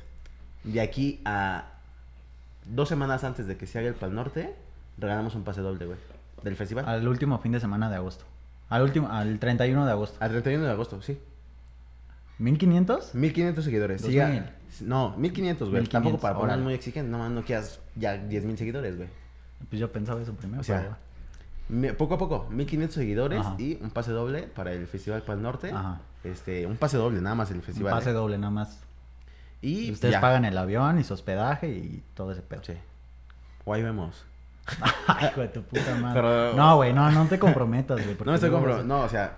Speaker 1: de aquí a dos semanas antes de que se haga el Pal Norte, regalamos un pase doble, güey, del festival. Al,
Speaker 2: Al último fin de semana de agosto. Al último, al 31 de agosto.
Speaker 1: 31 de agosto, sí.
Speaker 2: ¿Mil quinientos?
Speaker 1: 1500 seguidores. Si
Speaker 2: 2000.
Speaker 1: ya- no, 1500, güey.
Speaker 2: 1500,
Speaker 1: Tampoco para poner
Speaker 2: órale.
Speaker 1: muy exigente, nomás no quieras ya 10000 seguidores, güey.
Speaker 2: Pues yo pensaba eso primero.
Speaker 1: Mm. O sea,
Speaker 2: pero-
Speaker 1: Me- Poco a poco, 1500 seguidores
Speaker 2: Ajá.
Speaker 1: y un pase doble para el Festival Pal Norte.
Speaker 2: Ajá.
Speaker 1: Este, un pase doble, nada más el
Speaker 2: un
Speaker 1: festival.
Speaker 2: pase
Speaker 1: ¿eh?
Speaker 2: doble nada más.
Speaker 1: Y
Speaker 2: Y ustedes
Speaker 1: ya.
Speaker 2: pagan el avión y su hospedaje y todo ese pedo.
Speaker 1: Sí. O ahí vemos.
Speaker 2: Ay, hijo de tu puta madre.
Speaker 1: Pero-
Speaker 2: No, güey, no, no te comprometas, güey.
Speaker 1: No
Speaker 2: porque
Speaker 1: me estoy
Speaker 2: luego vas a-
Speaker 1: comprometiendo. No, o sea,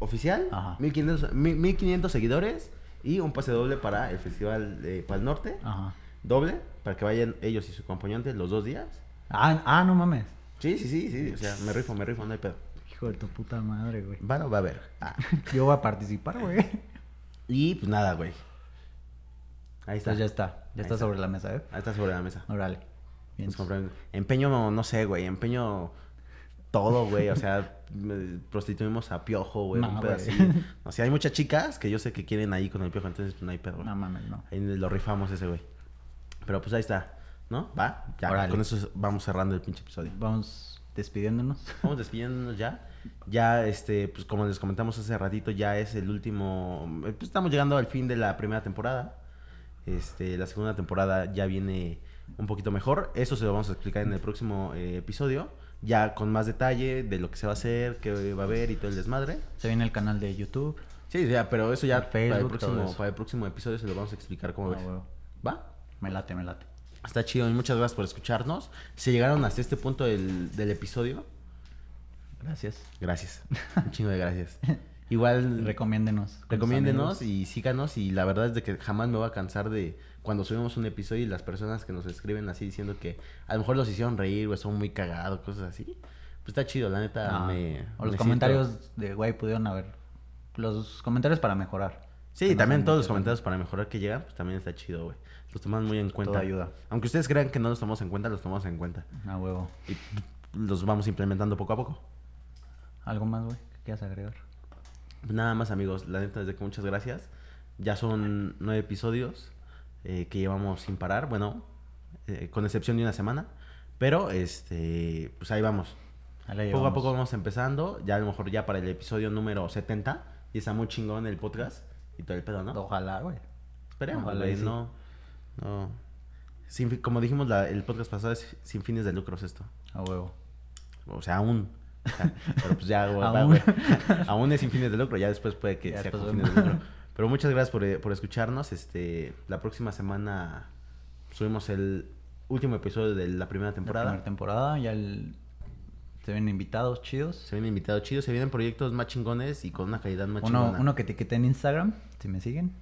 Speaker 1: oficial,
Speaker 2: Ajá.
Speaker 1: 1500, mi- 1500 seguidores Y un pase doble para el Festival de Pal Norte.
Speaker 2: Ajá.
Speaker 1: Doble, para que vayan ellos y su acompañante los dos días.
Speaker 2: Ah, ah, no mames.
Speaker 1: Sí, sí, sí, sí. O sea, me rifo, me rifo, no hay pedo.
Speaker 2: Hijo de tu puta madre, güey.
Speaker 1: Bueno, va a haber. Ah.
Speaker 2: Yo voy a participar, güey.
Speaker 1: Y pues nada, güey. Ahí está.
Speaker 2: Entonces Pues ya está.
Speaker 1: Ahí
Speaker 2: Ya está sobre la mesa, ¿eh?
Speaker 1: Ahí está sobre la mesa.
Speaker 2: Órale. Bien.
Speaker 1: Nos compramos- Empeño, no sé, güey. Empeño todo, güey. O sea, me- prostituimos a Piojo, güey.
Speaker 2: No,
Speaker 1: un pedo
Speaker 2: güey.
Speaker 1: así. O sea, hay muchas chicas que yo sé que quieren ahí con el Piojo, entonces pues, no hay pedo. güey.
Speaker 2: No mames, no.
Speaker 1: Ahí lo rifamos ese, güey. Pero pues ahí está, ¿no? Va, ya.
Speaker 2: Órale.
Speaker 1: Con eso vamos cerrando el pinche episodio.
Speaker 2: Vamos despidiéndonos.
Speaker 1: Vamos despidiéndonos ya. Ya, este, pues como les comentamos hace ratito, ya es el último. eh, pues, estamos llegando al fin de la primera temporada. Este, la segunda temporada ya viene un poquito mejor. Eso se lo vamos a explicar en el próximo eh, episodio. Ya con más detalle de lo que se va a hacer, qué va a haber y todo el desmadre.
Speaker 2: Se viene el canal de YouTube.
Speaker 1: Sí, ya, pero eso ya
Speaker 2: En Facebook,
Speaker 1: para, el
Speaker 2: todo
Speaker 1: próximo,
Speaker 2: eso.
Speaker 1: para el próximo episodio se lo vamos a explicar cómo
Speaker 2: Ah,
Speaker 1: ves.
Speaker 2: huevo.
Speaker 1: ¿Va?
Speaker 2: Me late, me late.
Speaker 1: Está chido y muchas gracias por escucharnos. Si llegaron hasta este punto del, del episodio,
Speaker 2: Gracias.
Speaker 1: Gracias. Un chingo de gracias. Igual
Speaker 2: Recomiéndenos. con sus
Speaker 1: recomiéndenos
Speaker 2: amigos.
Speaker 1: y síganos. Y la verdad es de que jamás me voy a cansar de cuando subimos un episodio y las personas que nos escriben así diciendo que a lo mejor los hicieron reír, o son muy cagados, cosas así. Pues está chido, la neta.
Speaker 2: Ah,
Speaker 1: me-
Speaker 2: o
Speaker 1: me
Speaker 2: los comentarios de güey pudieron haber. Los comentarios para mejorar.
Speaker 1: Sí,
Speaker 2: Que nos
Speaker 1: también
Speaker 2: dan
Speaker 1: todos los
Speaker 2: mucho
Speaker 1: comentarios para mejorar que llegan, pues también está chido, güey. Los tomamos muy en cuenta.
Speaker 2: ayuda.
Speaker 1: Aunque ustedes crean que no los tomamos en cuenta, los tomamos en cuenta.
Speaker 2: A huevo.
Speaker 1: Y los vamos implementando poco a poco.
Speaker 2: ¿Algo más, güey? ¿Qué quieras agregar?
Speaker 1: Nada más, amigos. La neta, desde que muchas gracias. Ya son nueve episodios eh, que llevamos sin parar. Bueno, eh, con excepción de una semana. Pero, este, pues ahí vamos.
Speaker 2: Ahí la
Speaker 1: Poco a
Speaker 2: llevamos.
Speaker 1: poco vamos empezando. Ya a lo mejor ya para el episodio número 70. Y está muy chingón el podcast. Y todo el pedo, ¿no?
Speaker 2: Ojalá, güey.
Speaker 1: Esperemos,
Speaker 2: Ojalá
Speaker 1: güey,
Speaker 2: y sí.
Speaker 1: No, no. Sin fi- como dijimos la- el podcast pasado, es sin fines de lucros esto.
Speaker 2: A huevo.
Speaker 1: O sea, aún. O sea, Pero pues ya, güey, va,
Speaker 2: Aún.
Speaker 1: güey. Aún es sin fines de lucro, ya después puede que
Speaker 2: Ya
Speaker 1: sea con
Speaker 2: después
Speaker 1: fines de
Speaker 2: vemos.
Speaker 1: lucro. Pero muchas gracias por, eh, por escucharnos. Este, la próxima semana subimos el último episodio de la primera
Speaker 2: temporada.
Speaker 1: temporada.
Speaker 2: temporada, ya el... se ven invitados chidos.
Speaker 1: Se vienen invitados chidos, se vienen proyectos más chingones y con una calidad más
Speaker 2: Uno,
Speaker 1: chingona.
Speaker 2: uno que te quité en Instagram, si me siguen.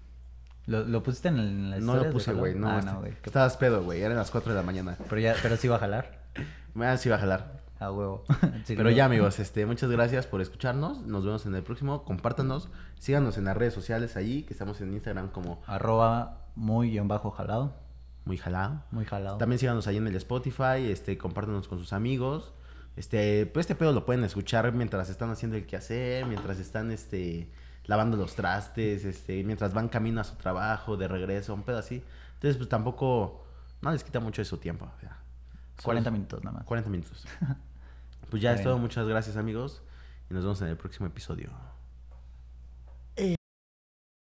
Speaker 2: ¿Lo, lo pusiste en, el- en la
Speaker 1: no
Speaker 2: historia
Speaker 1: lo
Speaker 2: de
Speaker 1: puse,
Speaker 2: Jalón?
Speaker 1: güey. No,
Speaker 2: Ah,
Speaker 1: este-
Speaker 2: no, güey. qué-
Speaker 1: estabas pedo, güey. Eran las 4 de la mañana.
Speaker 2: Pero, ya, pero sí va a jalar.
Speaker 1: Me ah, sí va a jalar.
Speaker 2: A huevo.
Speaker 1: Pero ya, amigos, este, muchas gracias por escucharnos. Nos vemos en el próximo. Compártanos. Síganos en las redes sociales ahí, que estamos en Instagram como
Speaker 2: Arroba muy guión bajo jalado.
Speaker 1: muy jalado.
Speaker 2: Muy jalado.
Speaker 1: También síganos ahí en el Spotify, este, compártanos con sus amigos. Este, pues este pedo lo pueden escuchar mientras están haciendo el quehacer, mientras están este lavando los trastes, este, mientras van camino a su trabajo, de regreso, un pedo así. Entonces, pues tampoco no les quita mucho de su tiempo. o sea,
Speaker 2: 40
Speaker 1: solo-
Speaker 2: minutos nada más.
Speaker 1: 40 minutos. Pues ya
Speaker 2: Está
Speaker 1: es todo,
Speaker 2: bien.
Speaker 1: muchas gracias, amigos, y nos vemos en el próximo episodio.